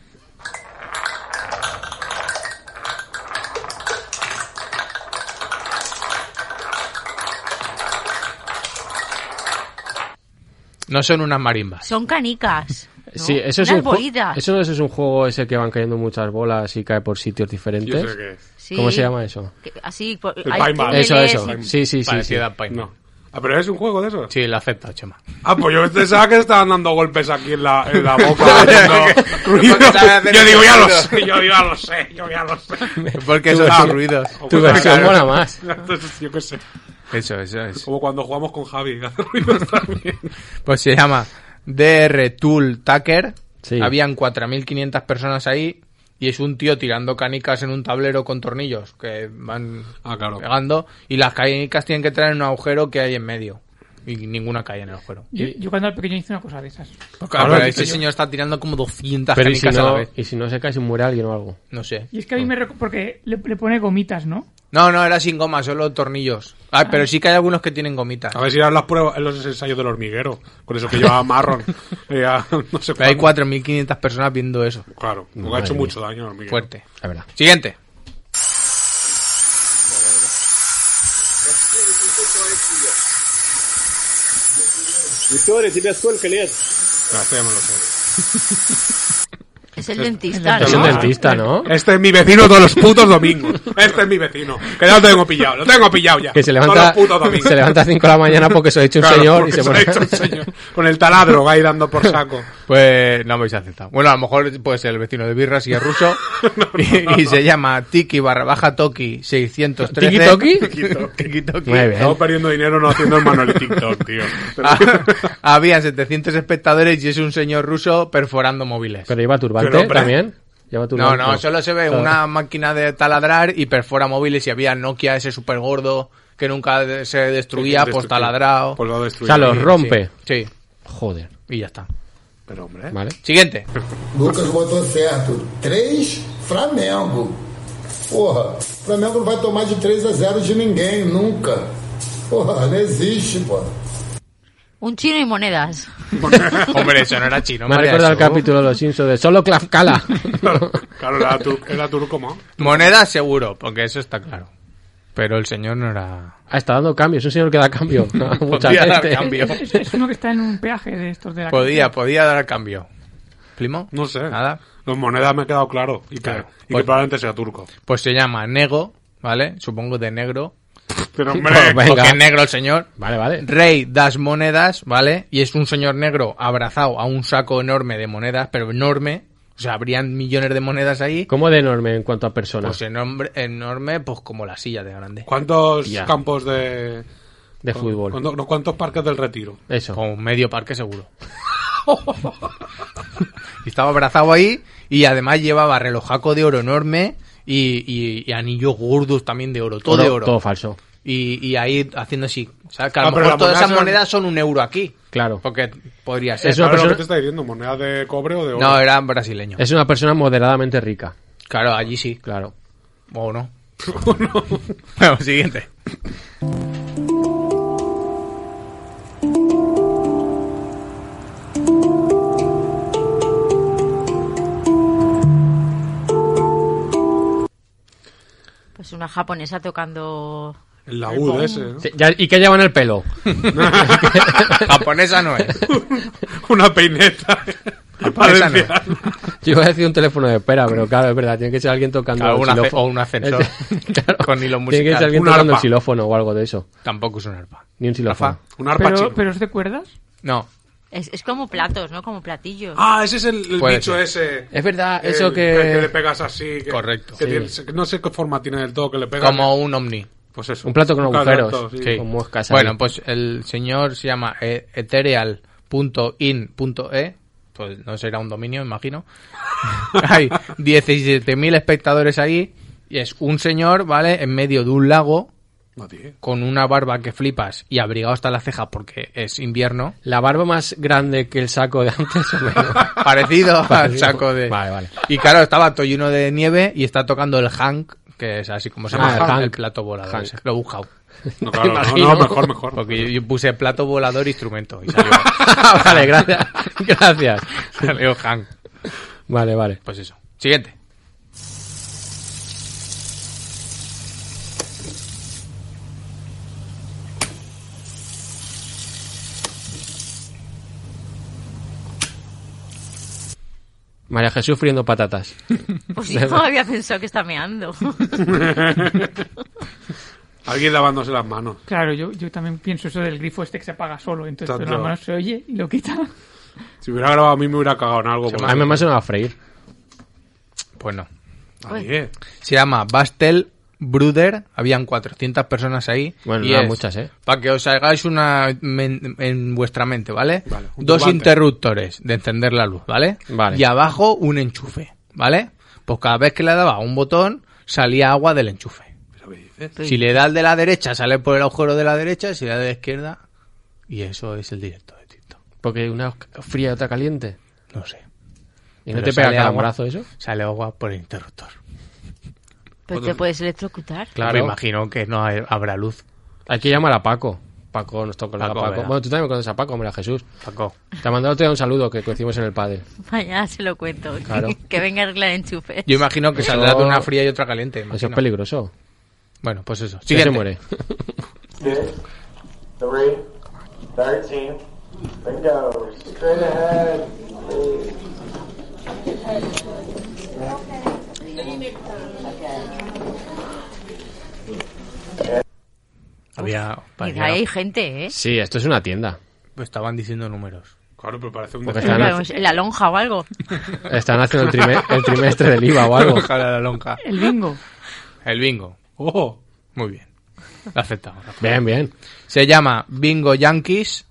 D: No son unas marimbas.
E: Son canicas. ¿no?
C: Sí, eso es,
E: Unas
C: un ju-
E: bolitas.
C: eso, eso es un juego ese que van cayendo muchas bolas y cae por sitios
B: Yo
C: diferentes.
B: sé qué es.
E: Sí.
C: ¿Cómo se llama eso?
E: Que- Así, por-
B: El
E: hay
B: paintball.
E: túneles
C: Eso,
B: Él
C: eso.
E: y-
C: Sí, sí, sí. sí.
D: Parecida a Paintball.
B: No. Ah, pero es un juego de eso.
D: Sí, la acepta, Chema.
B: Ah, pues yo pensaba que estaban dando golpes aquí en la, en la boca. haciendo ruido.
D: Porque sabe hacer
B: yo digo,
D: ese
B: ya lo
D: ruido".
B: sé, yo ya lo sé, yo ya lo sé.
D: Porque esos
B: Ah,
D: son ruidos.
B: o
C: Tu
B: cosas
C: versión
B: raras.
C: mola más.
B: Entonces, yo qué sé.
D: Eso, eso es.
B: Como cuando jugamos con Javi. que hace ruidos también.
D: Pues se llama DR Tool Tucker.
C: Sí.
D: Habían 4.500 personas ahí y es un tío tirando canicas en un tablero con tornillos que van
B: Ah, claro.
D: pegando y las canicas tienen que traer un agujero que hay en medio y ninguna cae en el agujero.
F: Yo, yo cuando era pequeño hice una cosa de esas.
D: Pues claro,
B: Ahora
D: pero
B: el
D: ese
B: tío-
D: señor está tirando como 200
C: Pero y si,
D: canicas a la
C: no,
D: vez.
C: y si no se cae, se muere alguien o algo.
D: No sé.
F: Y es que a mí me... recu- Porque le, le pone gomitas, ¿no?
D: No, no, era sin goma, solo tornillos. Ah, pero sí que hay algunos que tienen gomitas.
B: A ver si eran las pruebas, en los ensayos del hormiguero. Con eso que llevaba Marron. Ya, no sé
D: Pero hay
B: cuánto.
D: 4.500 personas viendo eso.
B: Claro, porque ha
C: Madre
B: hecho
C: mía.
B: mucho daño al hormiguero.
D: Fuerte.
C: La verdad.
D: Siguiente.
B: Gracias, ya me lo sé.
E: Es el dentista.
C: Es un
E: ¿no?
C: dentista, ¿no?
D: Eh,
B: Este es mi vecino todos los putos domingos. Este es mi vecino. Que ya lo tengo pillado, lo tengo pillado ya.
C: Que se
B: Todos los
C: levanta,
B: putos domingos.
C: se levanta a 5 de la mañana porque se lo ha dicho un
B: Claro,
C: señor y
B: porque se
C: se pone...
B: lo ha hecho el señor. Con el taladro ahí dando por saco.
D: Pues no me habéis aceptado. Bueno, a lo mejor puede ser el vecino de Birra si es ruso. y, y se llama Tiki barra baja Toki 613.
C: ¿Tiki Toki?
D: Tiki Toki.
C: Muy bien.
B: Estamos perdiendo dinero no haciendo el manual de TikTok, tío.
D: Ah, Había 700 espectadores y es un señor ruso perforando móviles.
C: Pero lleva turbante
B: Pero, hombre.
C: también. Lleva
D: No,
C: turbante.
D: no, solo se ve
C: Claro.
D: una máquina de taladrar y perfora móviles y había Nokia ese super gordo que nunca de- se destruía, pues taladrado.
B: Pues lo ha
C: O
B: destruido.
C: sea, los rompe.
D: Sí,
C: Joder.
D: y ya está.
B: Pero, hombre.
C: ¿Vale?
D: Siguiente.
J: Lucas botou certo. 3, Flamengo. Porra, Flamengo não vai tomar de 3 a 0 de ninguém, nunca. Porra, não existe, pô.
E: Un chino y monedas.
D: Hombre, eso no era chino.
C: Me ha
D: hombre,
C: recordado el
D: eso.
C: capítulo de los Simpsons de Solo Klafkala.
B: Claro, claro, era, tur era turco, ¿no?
D: Moneda seguro, porque eso está claro. Pero el señor no era...
C: ah, está dando cambios. Es un señor que da cambio. a Mucha
D: Podía dar
C: gente.
D: cambio.
F: Es, es- es uno que está en un peaje de estos de la...
D: Podía, podía dar cambio. ¿Primo?
B: No sé.
D: Nada.
B: Los monedas me ha quedado claro. Y, que-
D: Claro.
B: y que
D: Pues-
B: probablemente sea turco.
D: Pues se llama Nego, ¿vale? Supongo de negro.
B: Pero,
C: Pues
B: hombre.
C: venga.
D: Porque es negro el señor.
C: Vale, vale.
D: Rey das monedas, ¿vale? Y es un señor negro abrazado a un saco enorme de monedas, pero enorme. O sea, habrían millones de monedas ahí.
C: ¿Cómo de enorme en cuanto a personas?
D: Pues enorme, enorme, pues como la silla de grande.
B: ¿Cuántos
C: Ya.
B: campos de.
D: eh,
C: de fútbol.
B: ¿Cuánto- no, ¿Cuántos parques del retiro?
C: Eso.
D: Con medio parque seguro. y estaba abrazado ahí y además llevaba relojaco de oro enorme y, y- y anillos gordos también de oro, todo de oro.
C: Todo falso.
D: Y, y ahí haciendo así. O sea, que a lo
B: Ah, pero
D: mejor
B: las
D: todas
B: monedas
D: esas
B: son-
D: monedas son un euro aquí.
C: Claro.
D: Porque podría ser.
C: Es una
B: Claro, lo
C: persona-
B: que te está diciendo? ¿Moneda de cobre o de oro?
D: No, eh, era brasileño.
C: Es una persona moderadamente rica.
D: Claro, allí sí.
C: Claro.
D: O no. bueno, siguiente.
E: Pues una japonesa tocando...
B: El laúd ese. ¿no?
C: Sí, ya- ¿Y qué lleva en el pelo?
D: Japonesa no es.
B: Una peineta.
D: Japonesa no.
B: Valenciana.
C: Yo iba a decir un teléfono de espera, pero claro, es verdad, tiene que ser alguien tocando
D: Claro,
C: el
D: un ace-
C: xilófono.
D: o un ascensor.
C: claro,
D: Con hilo
C: Tiene que
D: musical.
C: ser alguien
B: Una
C: tocando
B: arpa.
C: el xilófono o algo de eso.
D: Tampoco es un arpa.
C: Ni un xilófono.
D: Rafa.
B: Un arpa
F: Pero,
B: chino.
F: pero ¿es de cuerdas?
D: No.
E: Es, es como platos, ¿no? Como platillos.
B: Ah, ese es el, el
D: Puede
B: bicho
D: ser.
B: ese.
C: Es verdad,
B: El-
C: eso que...
B: le pegas así. que-
D: Correcto.
B: que
D: Sí.
B: tiene- que no sé qué forma tiene del todo que le pegas.
D: Como un omni.
B: Pues eso.
C: Un plato con
B: plato,
C: agujeros.
B: sí.
C: Con moscas ahí.
D: Bueno, pues el señor se llama eh, ethereal.in.e. Pues no será un dominio, imagino. Hay 17.000 espectadores ahí. Y es un señor, ¿vale? En medio de un lago,
B: No, tío.
D: con una barba que flipas y abrigado hasta la ceja porque es invierno.
C: ¿La barba más grande que el saco de antes o menos?
D: Parecido al
C: Parecido.
D: saco de.
C: Vale, vale.
D: Y claro, estaba todo lleno de nieve y está tocando el Hank, que es así como se
C: Ah,
D: llama
C: el
D: el,
C: Hank.
D: el plato volador.
C: Hank.
D: ese. Lo he buscado.
B: No, claro, no,
D: Imagino.
B: no, mejor, mejor.
D: Porque yo, yo puse plato volador e instrumento y salió,
C: vale, gracias. Gracias.
D: salió Hank.
C: Vale, vale.
D: Pues eso. Siguiente.
C: María Jesús friendo patatas.
E: Pues yo había pensado que está meando.
B: Alguien lavándose las manos.
F: Claro, yo, yo también pienso eso del grifo este que se apaga solo, entonces
B: Tanto.
F: con la mano se oye y lo quita.
B: Si hubiera grabado a mí me hubiera cagado en algo.
C: A mí me suena a freír.
D: Pues no.
B: Nadie.
D: Se llama Bastel Bruder. Habían 400 personas ahí.
C: Bueno,
D: Y
C: no
D: es-
C: muchas, ¿eh?
D: Para que os hagáis una men- en vuestra mente, ¿vale?
B: Vale, un
D: Dos
B: turbante.
D: interruptores de encender la luz, ¿vale?
C: Vale.
D: Y abajo un enchufe, ¿vale? Pues cada vez que le daba a un botón salía agua del enchufe. Si le da al de la derecha sale por el agujero de la derecha, si le da de la izquierda y eso es el directo de TikTok.
C: Porque una fría y otra caliente.
D: No sé.
C: ¿Y no
D: Pero
C: te pega
D: sale agua.
C: calambrazo eso?
D: Sale agua por el interruptor.
E: Pero te puedes electrocutar.
C: Claro.
D: Me imagino que no hay- habrá luz.
C: Hay que llamar a Paco. Paco, nos toca
D: Paco,
C: Paco.
D: ¿verdad?
C: Bueno, tú también conoces a Paco, mira Jesús.
D: Paco.
C: Te ha mandado otro día un saludo que coincidimos en el padre.
E: Mañana se lo cuento.
C: Claro.
E: que venga a arreglar enchufes.
D: Yo imagino que
C: Eso-
D: saldrá de una fría y otra caliente.
C: Eso es
D: imagino.
C: peligroso.
D: Bueno, pues eso.
C: Ya
D: Siguiente.
C: se muere.
K: two, three, thirteen. Bingo. Straight ahead.
D: Había,
E: Mira,
D: parecía-
E: hay gente, ¿eh?
C: Sí, esto es una tienda.
D: pues estaban diciendo números.
B: Claro, pero parece un
C: Porque
B: desfile.
C: están, haci-
E: En la lonja o algo.
C: están haciendo el, trime- el trimestre del IVA o algo.
D: Ojalá la lonja.
F: El bingo.
D: El bingo.
B: ¡Oh!
D: Muy bien. Lo aceptamos.
C: Bien, bien.
D: Se llama Bingo Yankees,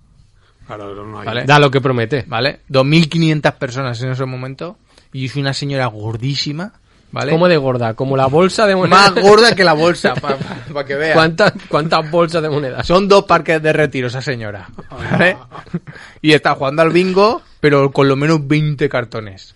B: Claro, no hay.
D: Vale.
C: Da lo que promete.
D: ¿vale? 2.500 personas en ese momento. Y es una señora gordísima, ¿vale?
C: Como de gorda, como la bolsa de
D: Más
C: monedas.
D: gorda que la bolsa, para que veas.
C: ¿Cuántas, ¿Cuántas bolsas de monedas?
D: Son dos parques de retiro esa señora, ¿vale? Y está jugando al bingo, pero con lo menos 20 cartones.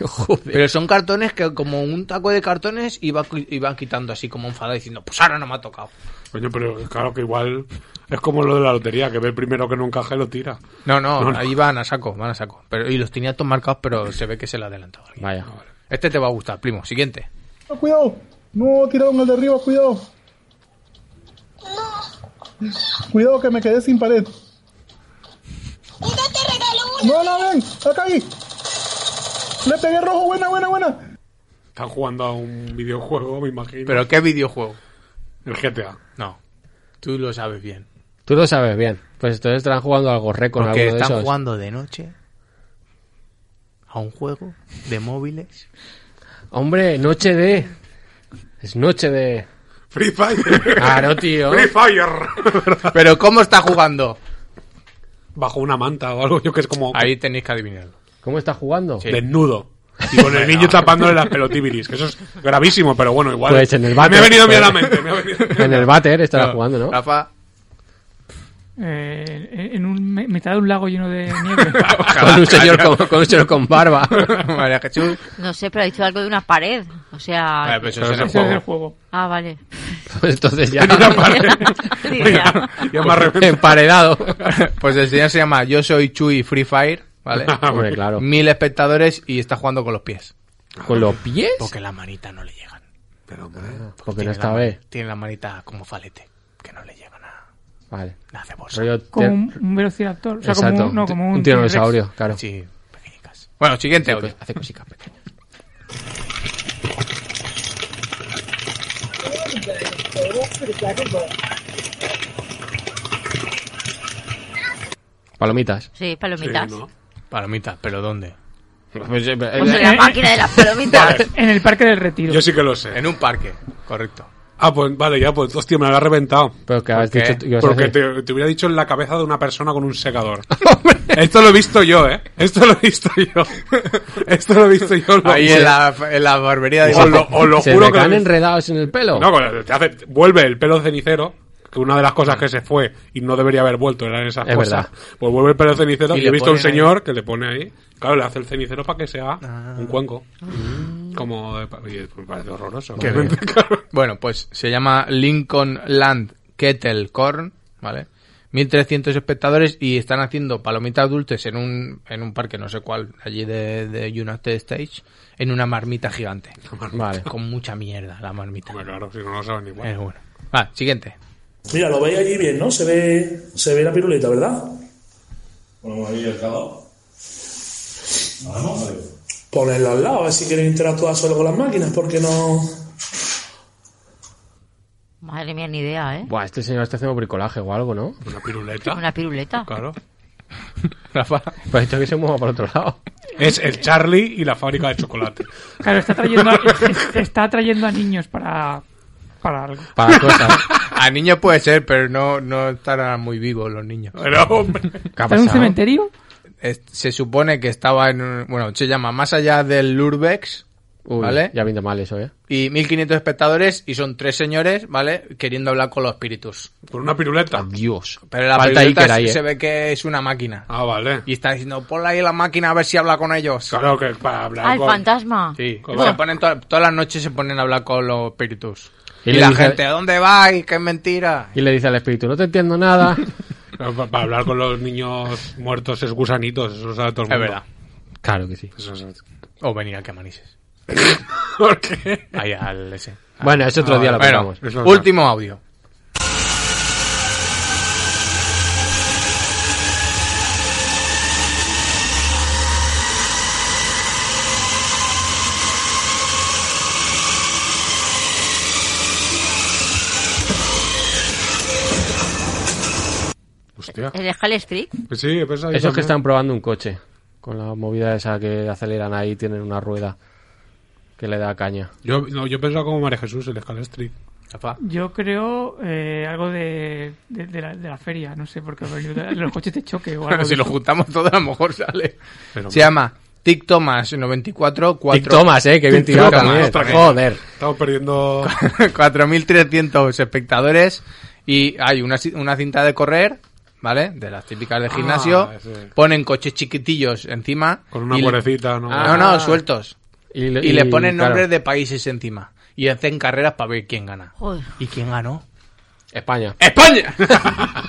C: Joder.
D: Pero son cartones que como un taco de cartones iba, cu- iba quitando así como enfadado diciendo, pues ahora no me ha tocado.
B: Coño, pero claro que igual es como lo de la lotería, que ve el primero que no encaje lo tira.
D: No, no,
B: No, no.
D: ahí van a saco, van a saco. Pero, y los tenía todos marcados, pero se ve que se le ha adelantado alguien.
C: Vaya.
D: Este te va a gustar, primo. Siguiente.
J: Ah, Cuidado, no tiraron al de arriba, cuidado. Cuidado que me quedé sin pared. No, no, ven, acá ahí. Le pegué rojo, buena, buena, buena.
B: Están jugando a un videojuego, me imagino.
D: Pero ¿qué videojuego?
B: El GTA.
D: No. Tú lo sabes bien.
C: Tú lo sabes bien. Pues entonces estarán jugando algo re con
D: Porque
C: alguno de
D: están
C: esos.
D: jugando de noche a un juego de móviles.
C: Hombre, noche de. Es noche de.
B: ¡Free Fire!
C: Claro, tío.
B: ¡Free Fire!
D: Pero ¿cómo está jugando?
B: Bajo una manta o algo, yo que es como
D: Ahí tenéis que adivinarlo.
C: ¿Cómo está jugando?
D: Sí.
B: desnudo. Y con el niño tapándole las pelotibiris, que eso es gravísimo, pero bueno, igual.
C: Pues en el
B: me
C: váter,
B: ha venido a mí a la
C: pues.
B: mente. Me ha venido...
C: En el váter estará
D: No,
C: jugando, ¿no?
D: Rafa,
F: Eh, en un, me- mitad de un lago lleno de nieve.
C: Con un, señor con, con un señor con barba.
D: María Jesús.
E: No sé, pero ha dicho algo de una pared. O sea.
D: Vale, pues eso es el
F: Ese es el
D: juego.
F: juego.
E: Ah, vale.
C: Pues entonces ya.
E: Ni idea.
B: Ya me arrepiento.
C: Emparedado.
D: Pues el señor se llama Yo soy Chuy Free Fire, ¿vale?
C: Hombre, claro.
D: Mil espectadores y está jugando con los pies.
C: ¿Con los pies?
D: Porque las manitas no le llegan.
C: Porque no eh.
D: Tiene la
C: está
D: ma-
C: B.
D: Tiene las manitas como falete, que no le llegan a
C: Vale.
D: nada de bolsa.
C: Rollo
F: Como
C: ter-
F: un, un velociraptor. O sea,
C: Exacto.
F: como un, no, como un,
C: tiranosaurio, claro.
D: Sí, pequeñicas. Bueno, siguiente audio.
C: Hace cositas pequeñas. Palomitas.
E: Sí,
B: Sí,
E: palomitas.
B: ¿no?
D: Palomitas, pero ¿dónn?de
C: Pues, eh,
E: O sea, la máquina de las palomitas.
F: T-Rex. En el parque del retiro.
B: Yo sí que lo sé.
D: En un parque, correcto.
B: Ah, pues vale, ya, pues hostia, me lo has reventado.
C: Pero que has
B: ¿Qué?
C: dicho- ibas a
B: Porque
C: decir-
B: te, te hubiera dicho en la cabeza de una persona con un secador. Esto lo he visto yo, ¿eh? Esto lo he visto yo. Esto lo he visto yo. lo-
D: Ahí en la, en la barbería de
B: Os lo, os lo
C: se
B: juro
C: me
B: que...
C: caen
B: lo he visto.
C: enredados en el pelo.
B: No, con el- te hace- vuelve el pelo cenicero, que una de las cosas que se fue y no debería haber vuelto eran esas
C: Es
B: cosas.
C: verdad.
B: Pues vuelve el pelo cenicero
D: Y
B: y,
D: le
B: he visto a un
D: ponen ahí.
B: señor que le pone ahí. Claro, le hace el cenicero para que sea
D: Ah.
B: un cuenco.
D: Mm.
B: Como de pa- y es- pues parece horroroso.
D: Qué
B: obviamente,
D: bien.
B: claro.
D: Bueno, pues se llama Lincoln Land Kettle Corn, ¿vale? 1300 espectadores y están haciendo palomitas dulces en un, en un parque, no sé cuál, allí de, de United States, en una marmita gigante.
C: Vale.
D: Con mucha mierda, la marmita.
B: Hombre, claro, si no lo saben igual.
D: Es
C: Eh.
D: bueno. Va, siguiente.
L: Mira, lo veis allí bien, ¿no? Se ve, se ve la piruleta, ¿verdad?
M: Ponemos ahí el calor. Vamos.
L: Ponedlo al lado, a ver si queréis interactuar solo con las máquinas, porque no...
E: Madre mía, ni idea, ¿eh?
C: Buah, este señor está haciendo bricolaje o algo, ¿no?
B: Una piruleta.
E: Una piruleta.
B: Claro.
D: Rafa.
C: Pero ha dicho que se mueva para otro lado.
B: Es el Charlie y la fábrica de chocolate.
F: Claro, está trayendo, a- está atrayendo a niños para, para algo.
C: Para cosas.
D: A niños puede ser, pero no, no estarán muy vivos los niños.
B: Pero, hombre.
D: ¿Qué ha
F: ¿Está en un
D: pasado?
F: cementerio?
D: Es- se supone que estaba en un- bueno, se llama Más allá del Urbex,
C: Uy,
D: ¿vale?
C: Ya viene mal eso, ¿eh?
D: Y 1500 espectadores y son tres señores, ¿vale? Queriendo hablar con los espíritus.
B: Con una piruleta.
C: Dios.
D: Pero la
C: Falta
D: piruleta
C: Iker ahí,
D: se
C: ¿eh?
D: ve que es una máquina.
B: Ah, vale.
D: Y está diciendo, ponla ahí en la máquina a ver si habla con ellos.
B: Claro que para hablar
E: Ah, el
B: con-
E: fantasma.
D: Sí. Y
B: Bueno.
D: se ponen to- todas las noches se ponen a hablar con los espíritus.
C: Y
D: Y,
C: le
D: la
C: dice-
D: gente, ¿dónde vais? Que es mentira.
C: Y le dice al espíritu, no te entiendo nada.
B: Claro, pa- Para hablar con los niños muertos es gusanitos, eso lo sabe todo el
D: Es
B: mundo.
D: verdad.
C: claro que sí.
B: Eso es-
D: O venir a que amanices.
B: ¿Por qué?
D: Ahí al ese.
C: Bueno, ese otro día lo
D: Bueno,
C: probamos.
B: Eso es
D: último audio.
B: Hostia.
E: ¿El de Hall Street?
B: Pues sí, he pensado yo
C: Esos
B: también.
C: que están probando un coche. Con la movida esa que aceleran ahí, tienen una rueda que le da caña.
B: Yo, no, yo pensaba como María Jesús, el Escalestri.
F: Yo creo eh, algo de, de, de la, de la feria, no sé, porque los coches de choque o algo.
D: Bueno,
F: de
D: si lo
F: eso.
D: juntamos todo, a lo mejor sale.
B: Pero-
D: Se llama Tic Thomas 94 4...
C: Tic Thomas, eh, que bien
D: Tic
C: tirado
D: Thomas,
C: también.
D: otra vez.
C: Joder.
B: Estamos perdiendo.
D: 4.300 espectadores y hay una, ci- una cinta de correr, ¿vale? De las típicas de gimnasio.
B: sí.
D: Ponen coches chiquitillos encima.
B: Con una
D: y-
B: cuerecita, ¿no?
D: No, no, sueltos.
C: lo-
D: Y, le ponen
C: claro,
D: nombres de países encima. Y hacen carreras para ver quién gana.
E: Joder.
D: ¿Y quién ganó?
C: España.
D: ¡España!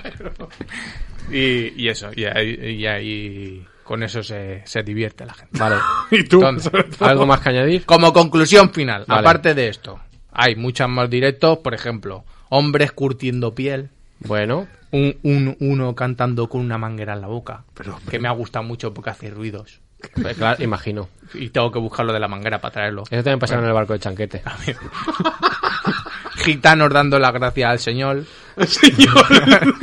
D: y, y eso, y ahí, y ahí con eso se, se divierte la gente.
C: Vale.
B: Y tú.
D: Entonces,
C: ¿Algo más que añadir?
D: Como conclusión final,
C: Vale.
D: aparte de esto, hay muchas más directos, por ejemplo, hombres curtiendo piel,
C: Bueno,
D: un, un- uno cantando con una manguera en la boca, que me ha gustado mucho porque hace ruidos.
C: pues, claro, imagino.
D: Y tengo que buscarlo de la manguera para traerlo.
C: Eso también pasaba en el barco de Chanquete.
D: Gitanos dando las gracias al señor,
B: Señor.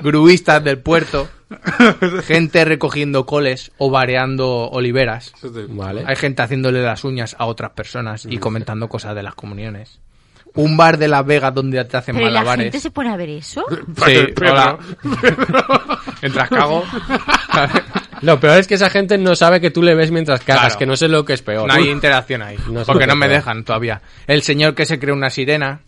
D: gruistas del puerto, gente recogiendo coles o bareando oliveras.
B: Eso te-
C: Vale.
D: Hay gente haciéndole las uñas a otras personas y comentando cosas de las comuniones. Un bar de Las Vegas donde te hacen
E: ¿Pero ¿y la
D: malabares.
E: gente se pone a ver eso?
D: Sí,
B: Pedro.
D: hola. Entras cago.
C: Lo peor es que esa gente no sabe que tú le ves mientras cagas,
D: Claro.
C: que no sé lo que es peor.
D: No hay interacción ahí.
C: No sé
D: porque
C: qué
D: no me
C: peor.
D: dejan todavía. El señor que se cree una sirena,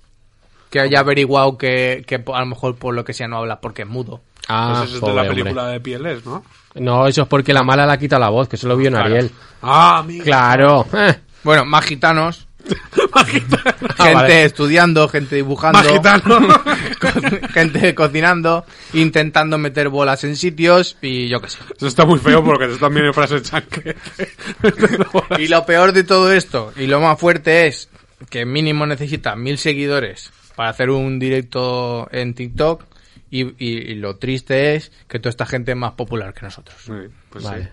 D: que haya averiguado que, que a lo mejor por lo que sea no habla porque es mudo.
C: Ah,
B: Eso es de
C: joder,
B: la
C: hombre.
B: película de Pieles, ¿no?
C: No, eso es porque la mala la quita la voz, que eso lo vio en Ariel.
B: Ah, amigo.
C: Claro. Eh.
D: Bueno, más gitanos. Gente
C: Ah, vale.
D: estudiando, gente dibujando.
B: Más gitano.
D: co- gente cocinando, intentando meter bolas en sitios y yo qué sé.
B: Eso está muy feo porque eso también es frase chanque.
D: Y lo peor de todo esto, y lo más fuerte es que mínimo necesita mil seguidores para hacer un directo en TikTok. Y, y- y lo triste es que toda esta gente es más popular que nosotros.
B: Sí, pues
C: Vale.
B: sí.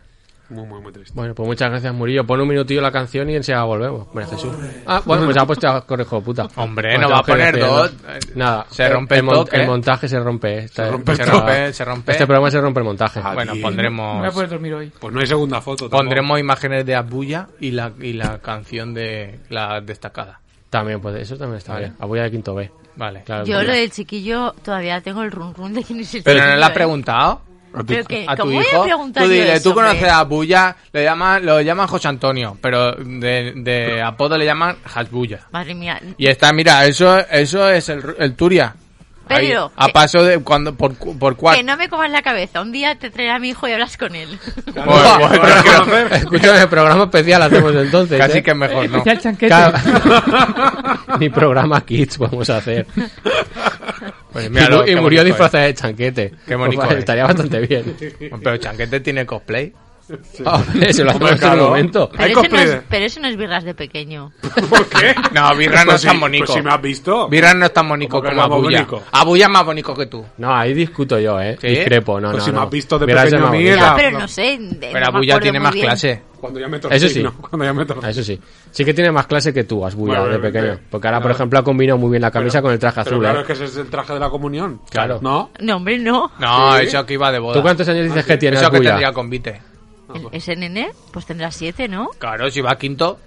B: Muy, muy, muy triste.
C: Bueno, pues muchas gracias, Murillo. Pon un minutillo la canción y enseguida volvemos. María Jesús. Ah, bueno, pues ya pues te has corregido, puta.
D: Hombre,
C: Bueno,
D: no va a
C: tenemos que
D: poner dos.
C: despedirnos. Nada.
D: Se
C: el-
D: rompe
C: el,
D: el
C: mon-
D: toque.
C: el montaje se rompe. eh. Está-
B: rompe el
C: está-
D: Se rompe, se rompe.
C: Este programa se rompe el montaje.
D: bueno,
F: No voy a
D: pondremos
F: poder dormir hoy.
B: Pues no hay segunda foto. tampoco.
D: pondremos imágenes de Abuya y la, y la canción de la destacada.
C: También puede, eso también está
D: Vale.
C: bien. Apoya de quinto B.
D: Vale.
C: Claro,
E: Yo
C: podría.
E: lo del chiquillo todavía tengo el run run de quién es el
D: Pero
E: chiquillo.
D: no le has
E: ¿eh?
D: preguntado
E: A Pero tu- que,
D: a tu
E: ¿cómo voy a
D: hijo.
E: preguntar
D: tú
E: yo
D: dile,
E: eso,
D: tú conoces
E: hombre?
D: a Bulla, le llaman, lo llaman José Antonio, pero de, de apodo le llaman Hasbulla.
E: Madre mía.
D: Y está, mira, eso, eso es el, el Turia. Ahí,
E: Pedro,
D: a
E: que-
D: paso de cuando por, cu- por cuatro.
E: Que no me comas la cabeza. Un día te traeré a mi hijo y hablas con él.
D: Bueno, bueno, creo-
C: Escúchame, el programa especial hacemos entonces.
D: Casi
C: ¿eh?
D: que mejor no.
F: Especial chanquete.
C: Ni programa Kids vamos a hacer.
D: Pues mira
C: Y
D: lo-
C: mu- y,
D: qué
C: murió
D: bonito
C: disfrazada
D: es.
C: de chanquete.
D: Qué bonito
C: Pues,
D: es.
C: estaría bastante bien.
D: Pero Chanquete tiene cosplay.
C: Ah, hombre, se lo hacemos en un momento.
E: Pero eso, no es, pero eso no es birras de pequeño.
D: No, Birra no
B: Pues
D: es
B: sí,
D: tan bonito.
B: pues sí me has visto.
D: Birra no es tan bonito
B: ¿Cómo que
D: como
B: no es más
D: Abuya.
B: bonito?
D: Abuya es más bonito
E: Eh,
D: que tú.
C: No, ahí discuto yo, ¿eh?
D: ¿Sí?
C: Discrepo, no,
B: Pues
C: no.
B: si me
C: no.
B: has visto de
C: Mira, ese
B: pequeño a
C: más
B: mí
C: bonito.
B: era-
E: Ya, pero no sé. de-
D: Pero
E: no me
D: Abuya
E: acuerdo
D: tiene
E: muy
D: más
E: bien.
D: clase.
B: Cuando ya me torcí,
C: Eso sí.
B: ¿no? Cuando ya me torcí.
C: Eso sí. Sí que tiene más clase que tú, Asbuya,
B: Bueno,
C: de
B: obviamente.
C: pequeño. Porque ahora, por
B: Claro.
C: ejemplo, ha combinado muy bien la camisa con el traje
B: Pero
C: azul,
B: claro,
C: ¿eh?
B: es que ese es el traje de la comunión.
C: Claro.
B: ¿No?
E: No, hombre, no.
D: No,
B: Sí.
D: eso que iba de boda.
C: ¿Tú cuántos años dices que tienes,
D: Eso que
C: Abuya?
D: tendría convite.
E: El- ese nene, pues tendrá siete, ¿no?
D: Claro, si va a quinto.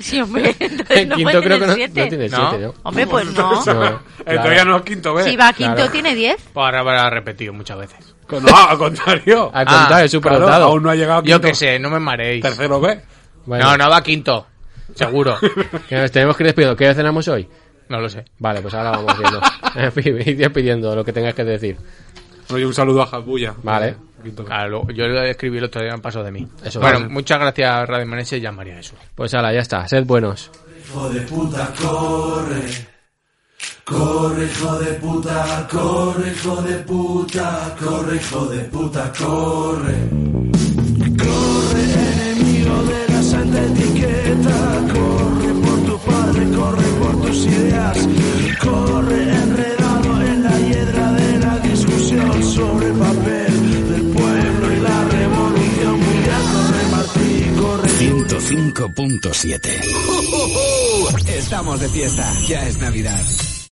E: Sí, hombre. Entonces no
C: Quinto
E: puede
C: creo
E: tener
C: que no-
E: siete.
C: no tiene
D: ¿No?
C: siete, ¿no?
E: Hombre, pues no.
B: Entonces,
C: No, claro.
B: Todavía no es quinto B.
E: Si va a quinto,
C: Claro.
E: tiene diez.
D: Pues ahora me lo ha repetido muchas veces.
B: Con- Pues No, al contrario.
C: Al contrario, es
B: Claro,
C: superdotado.
B: aún no ha llegado a
D: Yo
B: quinto.
D: qué sé, no me mareéis.
B: Tercero B.
C: Bueno,
D: No, no va a quinto. Seguro.
C: que nos tenemos que ir despidiendo. ¿Qué cenamos hoy?
D: No lo sé.
C: Vale, pues ahora vamos viendo. Id despidiendo lo que tengas que decir.
B: Oye, un saludo a Jabuya.
C: Vale.
B: Quinto B.
D: Claro, yo lo escribí el otro día en paso de mí.
C: Eso
D: bueno,
C: vale.
D: muchas gracias Radio Manese y a María Jesús.
C: Pues ahora ya está. Sed buenos.
M: Hijo de puta, corre. Corre, hijo de puta, corre, hijo de puta, corre, hijo de puta, corre. Corre, enemigo de la santa etiqueta, corre por tu padre, corre por tus ideas. Corre, enredado en la hiedra de la discusión sobre el papel del pueblo y la revolución mundial. Corre, Martín, corre.
N: 105.7.
O: Estamos de fiesta, ya es Navidad.